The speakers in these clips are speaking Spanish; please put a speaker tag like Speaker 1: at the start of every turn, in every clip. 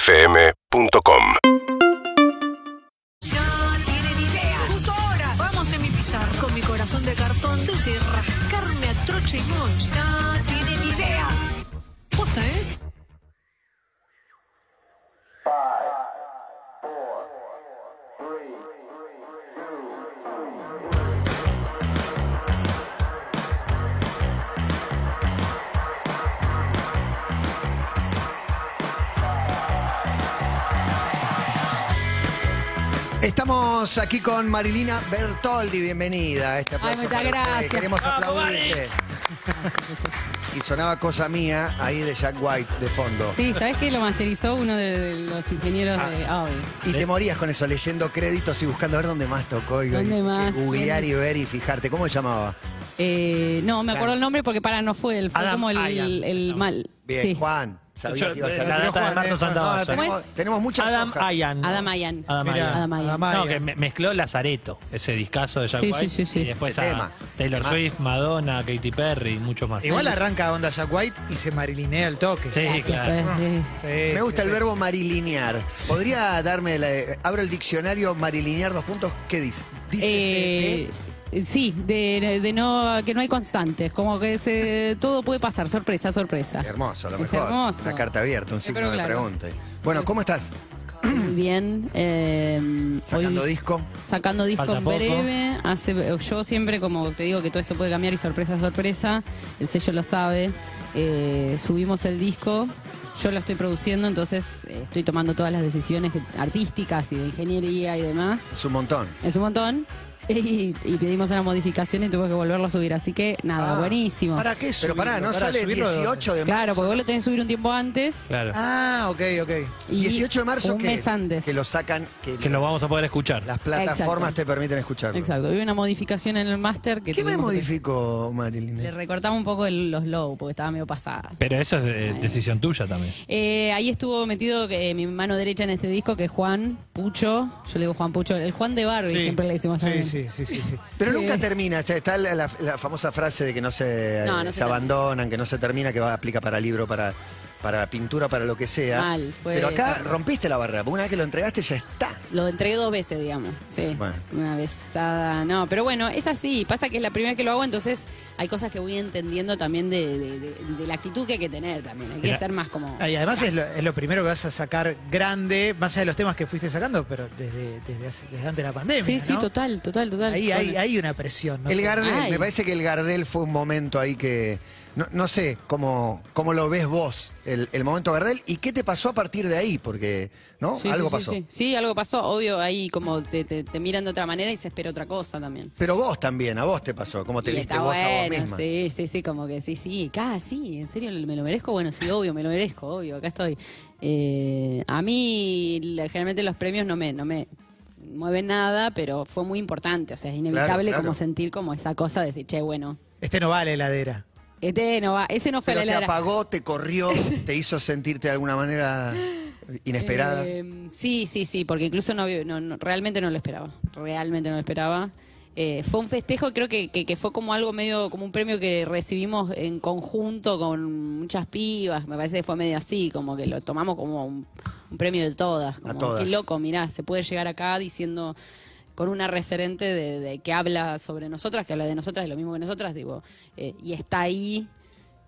Speaker 1: UrbanaPlayFM.com
Speaker 2: No tienen idea. Justo ahora vamos en mi pizarra. Con mi corazón de cartón, tú te rascarme a troche y moch. No tienen idea. Posta, ¿eh?
Speaker 3: Estamos aquí con Marilina Bertoldi, bienvenida a este aplauso
Speaker 4: Ay, muchas
Speaker 3: para ustedes.
Speaker 4: gracias.
Speaker 3: Queremos aplaudirte. Y sonaba cosa mía ahí de Jack White de fondo.
Speaker 4: Sí, ¿sabes qué? Lo masterizó uno de los ingenieros de
Speaker 5: Ah.
Speaker 4: AVE.
Speaker 3: Y te morías con eso, leyendo créditos y buscando a ver dónde más tocó. Y,
Speaker 4: ¿Dónde
Speaker 3: y- y
Speaker 4: más?
Speaker 3: googlear y ver y fijarte. ¿Cómo se llamaba?
Speaker 4: Eh, no, me
Speaker 3: Claro.
Speaker 4: acuerdo el nombre porque para no fue él, fue
Speaker 5: Adam
Speaker 4: como el,
Speaker 5: Ian se
Speaker 4: el
Speaker 5: llama.
Speaker 4: mal.
Speaker 3: Bien,
Speaker 4: sí.
Speaker 3: Juan. Sabía
Speaker 5: Yo- eh,
Speaker 3: que iba a ser.
Speaker 5: la data de Marto
Speaker 4: eh,
Speaker 5: Santabasso.
Speaker 3: no, tenemos,
Speaker 4: ¿Cómo es?
Speaker 3: tenemos muchas
Speaker 5: Adam
Speaker 3: hojas.
Speaker 5: Ayan.
Speaker 4: Adam Ayan.
Speaker 5: Adam Ayan.
Speaker 4: Adam Ayan.
Speaker 5: No, que me- mezcló Lazareto, ese discazo de Jack
Speaker 4: Sí, sí,
Speaker 5: White,
Speaker 4: sí, sí.
Speaker 5: Y después
Speaker 3: Ese
Speaker 5: a
Speaker 3: tema.
Speaker 5: Taylor
Speaker 3: Temazo.
Speaker 5: Swift, Madonna, Katy Perry, muchos más.
Speaker 6: Igual arranca onda Jack White y se marilinea el toque.
Speaker 5: Sí,
Speaker 4: Gracias,
Speaker 5: claro.
Speaker 4: pues, eh.
Speaker 3: Me gusta el verbo marilinear. ¿Podría darme la... eh, Abro el diccionario marilinear dos puntos. ¿Qué dice? Dice
Speaker 4: Eh, sí, de, de no que no hay constantes, como que se, todo puede pasar, sorpresa, sorpresa.
Speaker 3: Hermoso, a lo
Speaker 4: Es
Speaker 3: mejor.
Speaker 4: hermoso.
Speaker 3: Una carta abierta, un
Speaker 4: Yo
Speaker 3: signo
Speaker 4: creo
Speaker 3: de
Speaker 4: claro.
Speaker 3: pregunta. Bueno, ¿cómo estás?
Speaker 4: Muy bien. eh,
Speaker 3: ¿Sacando
Speaker 4: hoy-
Speaker 3: disco?
Speaker 4: sacando disco
Speaker 5: Falta
Speaker 4: en
Speaker 5: poco.
Speaker 4: breve. Hace, yo siempre, como te digo, que todo esto puede cambiar y sorpresa, sorpresa. El sello lo sabe. Eh, subimos el disco. Yo lo estoy produciendo, entonces eh, estoy tomando todas las decisiones que- artísticas y de ingeniería y demás.
Speaker 3: Es un montón.
Speaker 4: Es un montón. Y, y pedimos una modificación y tuve que volverlo a subir. Así que nada,
Speaker 3: Ah,
Speaker 4: buenísimo.
Speaker 6: ¿Para qué
Speaker 3: Pero pará, ¿no
Speaker 6: ¿Para
Speaker 3: sale
Speaker 6: subirlo?
Speaker 3: 18 de marzo?
Speaker 4: Claro, porque vos lo tenés que subir un tiempo antes.
Speaker 5: Claro.
Speaker 6: Ah, ok, ok.
Speaker 4: Y
Speaker 3: 18 de marzo,
Speaker 4: Un
Speaker 3: ¿qué
Speaker 4: mes
Speaker 3: es?
Speaker 4: antes.
Speaker 3: Que lo sacan, que,
Speaker 5: Que lo vamos a poder escuchar.
Speaker 3: las plataformas
Speaker 4: Exacto.
Speaker 3: te permiten escucharlo.
Speaker 4: Exacto. Y una modificación en el máster que
Speaker 3: ¿Qué me
Speaker 4: tuvimos que-
Speaker 3: modificó,
Speaker 4: Le
Speaker 3: Marilyn?
Speaker 4: recortamos un poco el- los low porque estaba medio pasada.
Speaker 5: Pero eso es de- decisión tuya también.
Speaker 4: Eh, ahí estuvo metido eh, mi mano derecha en este disco, que es Juan Pucho. Yo le digo Juan Pucho, el Juan de Barbie,
Speaker 6: Sí.
Speaker 4: siempre le decimos
Speaker 6: Sí,
Speaker 4: también.
Speaker 6: sí, sí, sí, sí.
Speaker 3: Pero nunca
Speaker 4: Es-
Speaker 3: termina, o sea, está la, la- la famosa frase de que no se,
Speaker 4: No, no
Speaker 3: eh,
Speaker 4: se
Speaker 3: se
Speaker 4: termina.
Speaker 3: abandonan, que no se termina, que va, aplica para libro, para, para pintura, para lo que sea.
Speaker 4: Mal, fue-
Speaker 3: Pero acá rompiste la barrera, porque una vez que lo entregaste ya está.
Speaker 4: Lo entregué dos veces, digamos. Sí.
Speaker 3: Bueno.
Speaker 4: Una besada. No, pero bueno, es así. Pasa que es la primera vez que lo hago, entonces hay cosas que voy entendiendo también de, de- de- de la actitud que hay que tener también. Hay que
Speaker 5: Era-
Speaker 4: ser más como.
Speaker 6: Ah, y además es lo, es lo primero que vas a sacar grande, más allá de los temas que fuiste sacando, pero desde, desde, hace- desde antes de la pandemia.
Speaker 4: Sí, sí,
Speaker 6: ¿no?
Speaker 4: total, total, total.
Speaker 6: Ahí
Speaker 4: Con-
Speaker 6: hay, hay una presión. ¿no?
Speaker 3: El Gardel,
Speaker 4: Ay.
Speaker 3: me parece que el Gardel fue un momento ahí que. No, no sé cómo, cómo lo ves vos, el, el momento Gardel, y qué te pasó a partir de ahí, porque, ¿no?
Speaker 4: Sí,
Speaker 3: Algo
Speaker 4: sí, sí,
Speaker 3: pasó.
Speaker 4: Sí. Sí, algo pasó. Obvio, ahí como te, te- te miran de otra manera y se espera otra cosa también.
Speaker 3: Pero vos también, a vos te pasó, cómo te
Speaker 4: Y
Speaker 3: viste
Speaker 4: está
Speaker 3: vos a vos
Speaker 4: bueno,
Speaker 3: misma.
Speaker 4: Sí, sí, sí, como que sí, sí, casi, ¿en serio me lo merezco? Bueno, sí, obvio, me lo merezco, obvio, acá estoy. Eh, a mí, la- generalmente los premios no me, no me mueven nada, pero fue muy importante, o sea, es inevitable
Speaker 3: claro.
Speaker 4: como sentir como esa cosa de decir, che, bueno,
Speaker 6: Este no vale heladera.
Speaker 4: este no va, ese no fue
Speaker 3: Pero te
Speaker 4: la heladera.
Speaker 3: apagó, te corrió, te hizo sentirte de alguna manera inesperada.
Speaker 4: Eh, sí, sí, sí, porque incluso no, vi- no- no- realmente no lo esperaba. Realmente no lo esperaba. Eh, fue un festejo, creo que, que- que fue como algo medio, como un premio que recibimos en conjunto con muchas pibas. Me parece que fue medio así, como que lo tomamos como un, un premio de todas. Como,
Speaker 3: todas.
Speaker 4: Qué loco, mirá, se puede llegar acá diciendo con una referente de, de que habla sobre nosotras, que habla de nosotras, de lo mismo que nosotras, digo, eh, y está ahí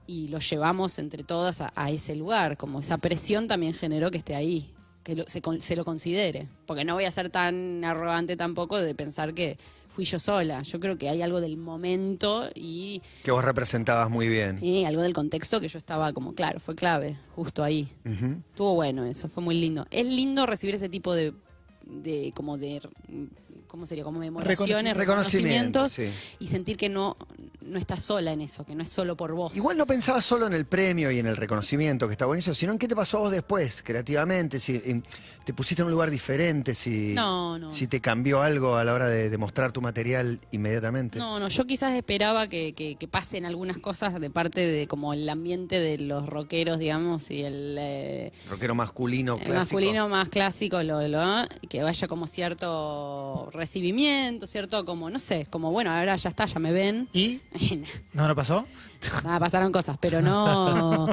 Speaker 4: y lo llevamos entre todas a, a ese lugar, como esa presión también generó que esté ahí, que lo- se, con- se lo considere, porque no voy a ser tan arrogante tampoco de pensar que fui yo sola, yo creo que hay algo del momento y,
Speaker 3: Que vos representabas muy bien.
Speaker 4: y algo del contexto que yo estaba como, claro, fue clave, justo ahí. Estuvo bueno eso, fue muy lindo. Es lindo recibir ese tipo de, de como de, ¿cómo sería? Como memoraciones,
Speaker 3: Reconoci- reconocimiento,
Speaker 4: reconocimientos,
Speaker 3: sí.
Speaker 4: y sentir que no, no estás sola en eso, que no es solo por vos.
Speaker 3: Igual no pensabas solo en el premio y en el reconocimiento, que está buenísimo, sino en qué te pasó a vos después, creativamente, si em, te pusiste en un lugar diferente, si,
Speaker 4: No, no.
Speaker 3: si te cambió algo a la hora de, de mostrar tu material inmediatamente.
Speaker 4: No, no, yo quizás esperaba que, que- que pasen algunas cosas de parte de como el ambiente de los rockeros, digamos, y el, eh,
Speaker 3: Rockero masculino,
Speaker 4: el
Speaker 3: clásico.
Speaker 4: masculino más clásico, lo, lo- que vaya como cierto recibimiento, cierto como, no sé, como bueno, ahora ya está, ya me ven.
Speaker 6: ¿Y? ¿No, no pasó?
Speaker 4: Nada, Ah, pasaron cosas, pero no,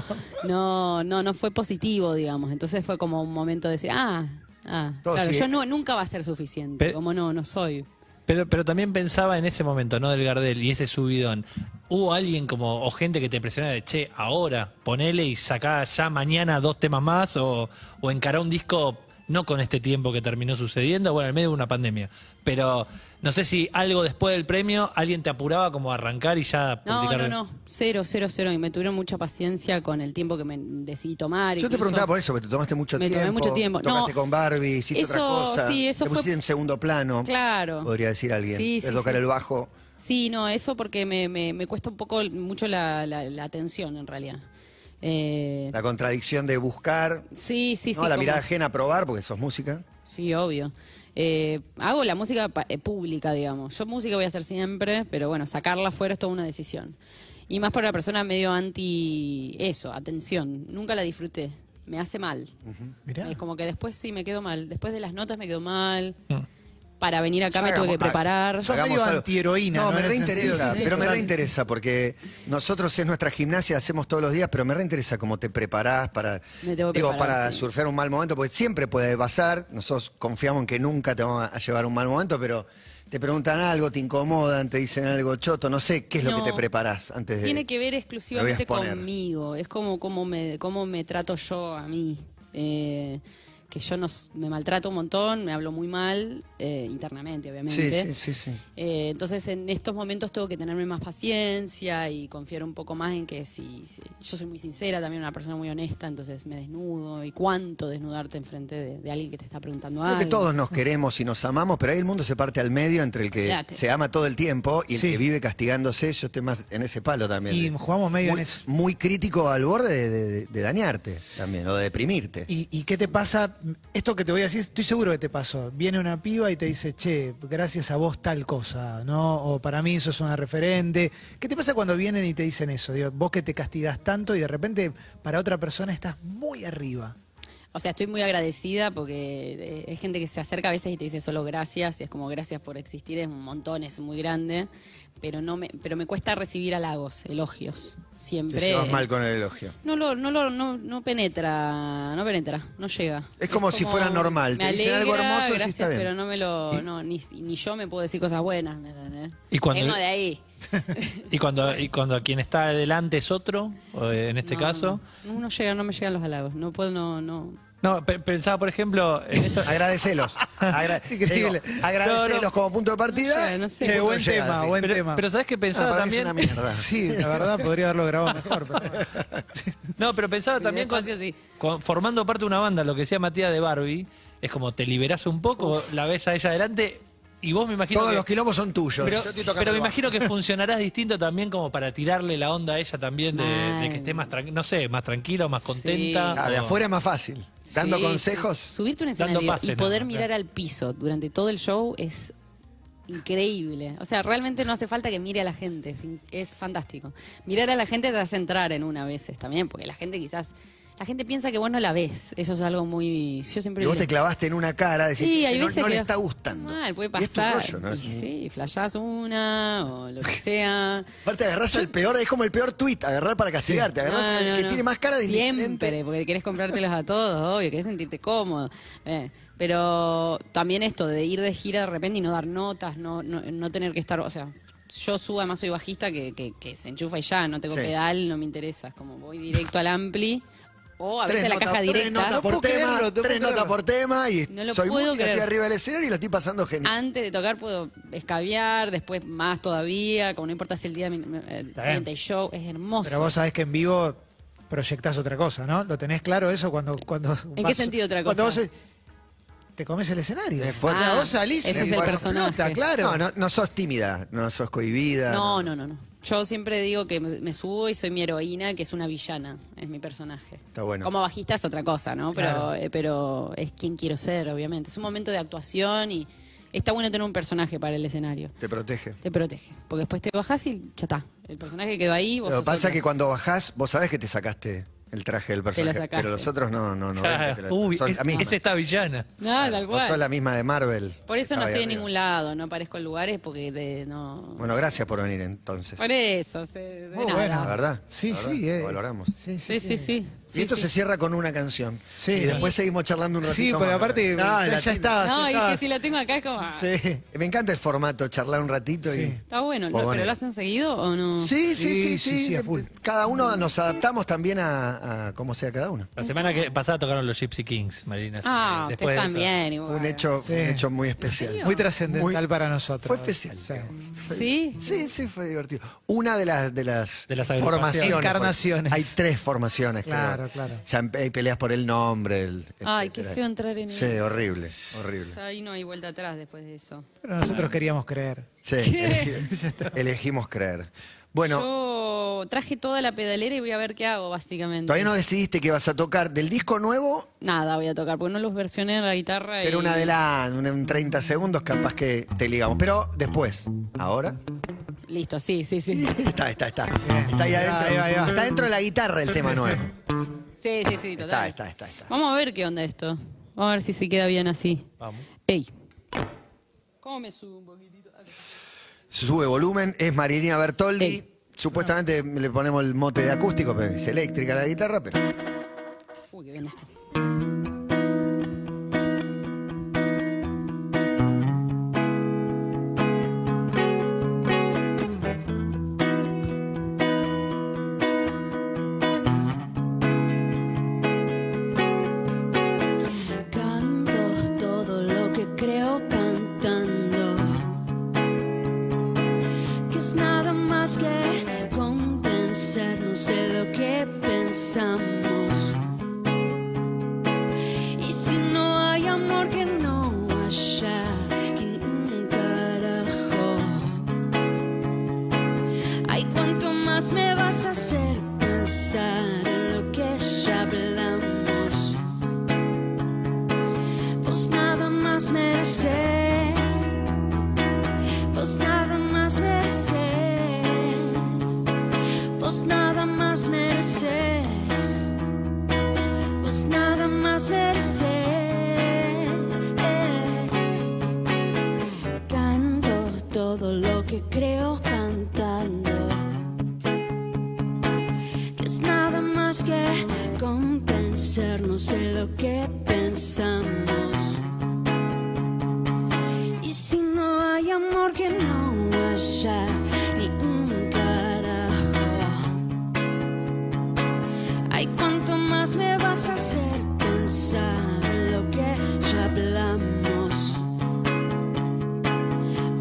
Speaker 4: no, no, no fue positivo, digamos. Entonces fue como un momento de decir, ah, ah,
Speaker 3: Todo
Speaker 4: claro,
Speaker 3: sigue.
Speaker 4: yo no, nunca va a ser suficiente,
Speaker 5: Pe-
Speaker 4: como no, no soy.
Speaker 5: Pero, pero también pensaba en ese momento, ¿no? Del Gardel y ese subidón. ¿Hubo alguien como, o gente que te presionaba de, che, ahora, ponele y sacá ya mañana dos temas más o, o encará un disco no con este tiempo que terminó sucediendo, bueno, en medio de una pandemia. Pero no sé si algo después del premio, alguien te apuraba como a arrancar y ya
Speaker 4: No,
Speaker 5: publicar-
Speaker 4: no, no, cero, cero, cero. Y me tuvieron mucha paciencia con el tiempo que me decidí tomar.
Speaker 3: Yo te
Speaker 4: incluso-
Speaker 3: preguntaba por eso, porque te tomaste mucho
Speaker 4: Me tomé
Speaker 3: tiempo.
Speaker 4: mucho tiempo. No,
Speaker 3: Tocaste con Barbie, hiciste otra
Speaker 4: eso-
Speaker 3: cosa.
Speaker 4: sí, eso
Speaker 3: te
Speaker 4: fue-
Speaker 3: pusiste en segundo plano.
Speaker 4: Claro.
Speaker 3: Podría decir alguien.
Speaker 4: Sí,
Speaker 3: De
Speaker 4: sí,
Speaker 3: tocar
Speaker 4: sí.
Speaker 3: el bajo.
Speaker 4: Sí, no, eso porque me, me- me cuesta un poco, mucho la, la- la atención en realidad. Eh,
Speaker 3: La contradicción de buscar.
Speaker 4: sí, sí,
Speaker 3: ¿no?
Speaker 4: sí.
Speaker 3: la
Speaker 4: como-
Speaker 3: mirada ajena a probar, porque sos música.
Speaker 4: Sí, obvio. Eh, hago la música pa- eh, pública, digamos. Yo música voy a hacer siempre, pero bueno, sacarla fuera es toda una decisión. Y más para una persona medio anti eso, atención. Nunca la disfruté. Me hace mal.
Speaker 6: Mirá.
Speaker 4: Es como que después sí me quedo mal. Después de las notas me quedo mal. Para venir acá me tuve que
Speaker 3: Hagamos-
Speaker 4: preparar.
Speaker 6: Sos medio
Speaker 3: algo.
Speaker 6: antiheroína,
Speaker 3: No,
Speaker 6: ¿no?
Speaker 3: me
Speaker 6: En ese
Speaker 3: reinteresa,
Speaker 6: sentido. Sí, sí,
Speaker 3: pero me
Speaker 6: total.
Speaker 3: reinteresa porque nosotros es nuestra gimnasia, hacemos todos los días, pero me reinteresa cómo te preparás para,
Speaker 4: Me tengo que
Speaker 3: digo,
Speaker 4: preparar,
Speaker 3: para
Speaker 4: sí.
Speaker 3: surfear un mal momento, porque siempre puede pasar. Nosotros confiamos en que nunca te vamos a llevar un mal momento, pero te preguntan algo, te incomodan, te dicen algo choto, no sé qué es lo
Speaker 4: No.
Speaker 3: que te preparás antes de.
Speaker 4: Tiene que ver exclusivamente
Speaker 3: Lo voy a exponer.
Speaker 4: conmigo. Es como cómo me, cómo me trato yo a mí. Eh, que yo no, s- me maltrato un montón, me hablo muy mal, eh, internamente,
Speaker 3: Sí,
Speaker 4: obviamente.
Speaker 3: sí, sí, sí.
Speaker 4: Eh, entonces en estos momentos tengo que tenerme más paciencia y confiar un poco más en que si, si- yo soy muy sincera, también una persona muy honesta, entonces me desnudo y cuánto desnudarte enfrente de, de alguien que te está preguntando
Speaker 3: Creo
Speaker 4: algo.
Speaker 3: que todos nos queremos y nos amamos, pero ahí el mundo se parte al medio entre el que
Speaker 4: Claro.
Speaker 3: se ama todo el tiempo y el
Speaker 6: Sí.
Speaker 3: que vive castigándose. Yo estoy más en ese palo también.
Speaker 6: Y
Speaker 3: de-
Speaker 6: jugamos medio
Speaker 3: muy,
Speaker 6: en eso.
Speaker 3: muy crítico al borde de, de- de dañarte también, o de deprimirte.
Speaker 6: ¿Y, y qué te pasa? Esto que te voy a decir, estoy seguro que te pasó. Viene una piba y te dice, che, gracias a vos tal cosa, ¿no? O para mí sos una referente. ¿Qué te pasa cuando vienen y te dicen eso? Digo, vos que te castigás tanto y de repente para otra persona estás muy arriba.
Speaker 4: O sea, estoy muy agradecida porque eh, es gente que se acerca a veces y te dice solo gracias, y es como gracias por existir, es un montón, es muy grande, pero no me, pero me cuesta recibir halagos, elogios.
Speaker 3: Te
Speaker 4: Siempre.
Speaker 3: llevas mal con el elogio.
Speaker 4: No lo, no lo, no, no penetra, no penetra, no llega.
Speaker 3: Es como si fuera normal,
Speaker 4: me
Speaker 3: te dicen algo
Speaker 4: alegra,
Speaker 3: hermoso y sí,
Speaker 4: gracias,
Speaker 3: está bien.
Speaker 4: Pero no me lo, no, ni, ni yo me puedo decir cosas buenas, ¿me entendés?
Speaker 5: Y cuando-
Speaker 4: Vengo de ahí.
Speaker 5: Y cuando, y cuando quien está adelante es otro, o, eh, en este
Speaker 4: No,
Speaker 5: caso.
Speaker 4: No, no, no llega, no me llegan los halagos, no puedo, no, no.
Speaker 5: No, pe- pensaba, por ejemplo, en esto-
Speaker 3: Agradecelos. Agra-
Speaker 6: Increíble.
Speaker 3: digo, agradecelos
Speaker 5: No, no.
Speaker 3: como punto de partida.
Speaker 4: No sé, no sé.
Speaker 3: y
Speaker 6: Che,
Speaker 3: punto
Speaker 6: buen
Speaker 3: de llegada,
Speaker 6: tema,
Speaker 3: sí.
Speaker 6: buen
Speaker 5: pero,
Speaker 6: tema.
Speaker 5: pero sabes que
Speaker 3: Ah,
Speaker 5: pensaba
Speaker 3: para mí es
Speaker 5: también.
Speaker 3: una mierda.
Speaker 6: Sí, la verdad podría haberlo grabado mejor. pero bueno.
Speaker 5: No, pero pensaba también con-
Speaker 4: despacio, sí.
Speaker 5: con- formando parte de una banda, lo que decía Matías de Barbie, es como te liberás un poco, la ves a ella adelante y vos me imagino
Speaker 3: Todos
Speaker 5: que-
Speaker 3: los quilombos son tuyos.
Speaker 5: pero,
Speaker 3: Yo estoy tocando
Speaker 5: pero me
Speaker 3: el bajo.
Speaker 5: imagino que funcionarás distinto también como para tirarle la onda a ella también de,
Speaker 4: Mal.
Speaker 5: de que esté más tranquila, no sé, más tranquila o más contenta.
Speaker 3: Ah, de
Speaker 5: o-
Speaker 3: afuera es más fácil. Dando
Speaker 4: Sí,
Speaker 3: consejos.
Speaker 4: sí. Subirte a un
Speaker 5: Dando
Speaker 4: escenario
Speaker 5: pases,
Speaker 4: y poder
Speaker 5: no,
Speaker 4: mirar
Speaker 5: claro.
Speaker 4: al piso durante todo el show es increíble. O sea, realmente no hace falta que mire a la gente, es, in- es fantástico. Mirar a la gente te hace entrar en una a veces también, porque la gente quizás... La gente piensa que vos no la ves, eso es algo muy... Yo siempre
Speaker 3: Y vos
Speaker 4: le-
Speaker 3: te clavaste en una cara, decís,
Speaker 4: Sí, hay
Speaker 3: no,
Speaker 4: veces
Speaker 3: no
Speaker 4: que
Speaker 3: le
Speaker 4: digo,
Speaker 3: está gustando.
Speaker 4: Mal, puede
Speaker 3: Y es tu
Speaker 4: pasar.
Speaker 3: rollo, ¿no?
Speaker 4: Y sí, flashás una o lo que sea.
Speaker 3: Aparte agarrás al peor, es como el peor tuit, agarrar para castigarte, agarrás
Speaker 4: No,
Speaker 3: al
Speaker 4: no,
Speaker 3: eh, que
Speaker 4: no.
Speaker 3: tiene más cara de
Speaker 4: Siempre,
Speaker 3: indiferente.
Speaker 4: porque querés comprártelos a todos, obvio, querés sentirte cómodo. Eh, pero también esto de ir de gira de repente y no dar notas, no, no, no tener que estar, o sea, yo subo, además soy bajista que, que, que se enchufa y ya, no tengo
Speaker 3: Sí.
Speaker 4: pedal, no me interesa, es como voy directo al ampli o a veces
Speaker 3: Tres
Speaker 4: la
Speaker 3: notas-
Speaker 4: caja
Speaker 3: Tres notas por
Speaker 4: directa.
Speaker 6: puedo
Speaker 3: tema,
Speaker 6: creerlo, no puedo
Speaker 3: tres notas
Speaker 6: creerlo.
Speaker 3: por tema y
Speaker 4: No lo
Speaker 3: soy
Speaker 4: puedo
Speaker 3: música, estoy
Speaker 4: creer. Ah,
Speaker 3: arriba del escenario y la estoy pasando genial.
Speaker 4: Antes de tocar puedo escabiar, después más todavía, como no importa si el día de mi- eh, siguiente hay show, es hermoso.
Speaker 6: Pero vos sabés que en vivo proyectás otra cosa, ¿no? ¿Lo tenés claro eso cuando... cuando
Speaker 4: qué sentido otra
Speaker 6: cuando
Speaker 4: cosa?
Speaker 6: vos- eh, te comes el escenario.
Speaker 3: Es fuerte.
Speaker 4: Ah,
Speaker 6: vos salís y
Speaker 4: ese
Speaker 6: te
Speaker 4: es el
Speaker 6: pones
Speaker 4: personaje.
Speaker 6: pelota, claro.
Speaker 3: No, no, no sos tímida, no sos cohibida.
Speaker 4: No, no, no, no. Yo siempre digo que me me subo y soy mi heroína, que es una villana, es mi personaje.
Speaker 3: Está bueno.
Speaker 4: Como bajista es otra cosa, ¿no? Pero,
Speaker 6: Claro.
Speaker 4: eh, pero es quien quiero ser, obviamente. Es un momento de actuación y está bueno tener un personaje para el escenario.
Speaker 3: Te protege.
Speaker 4: Te protege. Porque después te bajás y ya está. El personaje quedó ahí. Vos
Speaker 3: Lo que
Speaker 4: sos
Speaker 3: pasa
Speaker 4: otra.
Speaker 3: es que cuando bajás, vos sabés que te sacaste el traje del personaje.
Speaker 2: sacaste.
Speaker 3: pero los otros no, no, no. ven que te lo-
Speaker 5: Uy,
Speaker 3: sos la
Speaker 5: es-
Speaker 3: misma.
Speaker 5: es esta villana.
Speaker 2: No,
Speaker 3: Claro,
Speaker 2: tal
Speaker 3: vos
Speaker 2: cual.
Speaker 3: sos la Ah, misma de Marvel.
Speaker 2: Por eso no
Speaker 3: Estaba ahí
Speaker 2: estoy en
Speaker 3: arriba.
Speaker 2: ningún lado, no aparezco en lugares porque de- no.
Speaker 3: Bueno, gracias por venir entonces.
Speaker 2: Por eso, se- de
Speaker 6: Muy
Speaker 2: nada.
Speaker 6: bueno,
Speaker 3: La verdad.
Speaker 6: Sí,
Speaker 3: la verdad,
Speaker 6: sí, eh.
Speaker 3: Lo valoramos.
Speaker 6: Sí, eh.
Speaker 2: Sí, sí, sí.
Speaker 3: y
Speaker 2: Sí,
Speaker 3: esto
Speaker 2: sí.
Speaker 3: se cierra con una canción.
Speaker 6: Sí.
Speaker 3: Y después seguimos charlando un ratito.
Speaker 6: Sí, porque
Speaker 3: más.
Speaker 6: aparte
Speaker 3: No,
Speaker 6: ya,
Speaker 3: la-
Speaker 6: ya estabas.
Speaker 2: No, y que
Speaker 6: estabas-
Speaker 2: si lo tengo acá es como. ah,
Speaker 6: Sí.
Speaker 3: Me encanta el formato, charlar un ratito
Speaker 6: Sí.
Speaker 3: y.
Speaker 2: Está bueno, lo-
Speaker 3: Fogonero.
Speaker 2: ¿pero lo hacen seguido o no?
Speaker 3: Sí, sí, sí, sí.
Speaker 6: Sí, sí, sí, a full.
Speaker 3: Cada uno nos adaptamos también a, a cómo sea cada uno.
Speaker 5: La semana que pasada tocaron los Gypsy Kings, Marina. así que
Speaker 2: Ah,
Speaker 5: después
Speaker 2: ustedes
Speaker 5: de eso-
Speaker 2: también. igual.
Speaker 3: Un hecho,
Speaker 6: Sí.
Speaker 3: un hecho muy especial.
Speaker 6: Muy trascendental
Speaker 3: Muy-
Speaker 6: para nosotros.
Speaker 3: Fue especial.
Speaker 6: Sí.
Speaker 3: digamos.
Speaker 2: ¿Sí?
Speaker 3: Sí, sí, fue divertido. Una de las, de las,
Speaker 5: De las
Speaker 3: formaciones. pues.
Speaker 5: agrupaciones.
Speaker 6: Encarnaciones.
Speaker 3: Hay tres formaciones, creo.
Speaker 6: Claro, claro.
Speaker 3: Ya empe- hay peleas por el nombre. el-
Speaker 2: Ay, qué
Speaker 3: etcétera.
Speaker 2: feo entrar en
Speaker 3: Sí,
Speaker 2: eso.
Speaker 3: horrible, horrible.
Speaker 2: O sea, ahí no hay vuelta atrás después de eso.
Speaker 6: Pero nosotros queríamos creer.
Speaker 3: Sí, elegi- elegimos creer. Bueno,
Speaker 2: Yo traje toda la pedalera y voy a ver qué hago, básicamente.
Speaker 3: todavía no decidiste qué vas a tocar. Del disco nuevo,
Speaker 2: Nada voy a tocar, porque no los versioné en la guitarra.
Speaker 3: pero
Speaker 2: y-
Speaker 3: un adelanto, un- en 30 segundos capaz que te ligamos. Pero después, ahora.
Speaker 2: Listo, sí, sí, sí.
Speaker 3: Está, está, está. Está ahí
Speaker 6: Ahí va,
Speaker 3: adentro.
Speaker 6: ahí va, ahí va.
Speaker 3: Está dentro de la guitarra el tema nuevo.
Speaker 2: Sí, sí, sí,
Speaker 3: Está,
Speaker 2: total.
Speaker 3: está, está, está.
Speaker 2: Vamos a ver qué onda esto. Vamos a ver si se queda bien así.
Speaker 5: Vamos.
Speaker 2: Ey. ¿Cómo me subo un poquitito?
Speaker 3: Sube volumen, es Marilina Bertoldi.
Speaker 2: Ey.
Speaker 3: Supuestamente le ponemos el mote de acústico, pero es eléctrica la guitarra, pero.
Speaker 2: Uy, qué bien esto. Canto todo lo que creo cantando, que es nada más que convencernos de lo que pensamos. Y si no hay amor que no haya, que un carajo. Ay, cuanto más me vas a hacer pensar en lo que ya hablamos. Vos nada más mereces. Vos nada más mereces. Vos nada más mereces. Vos Pues nada más mereces. eh. Canto todo lo que creo cantando. Que es nada más que compensarnos de lo que pensamos. Y si no hay amor que no haya ni un carajo. Ay, cuánto más me vas a hacer pensar en lo que ya hablamos.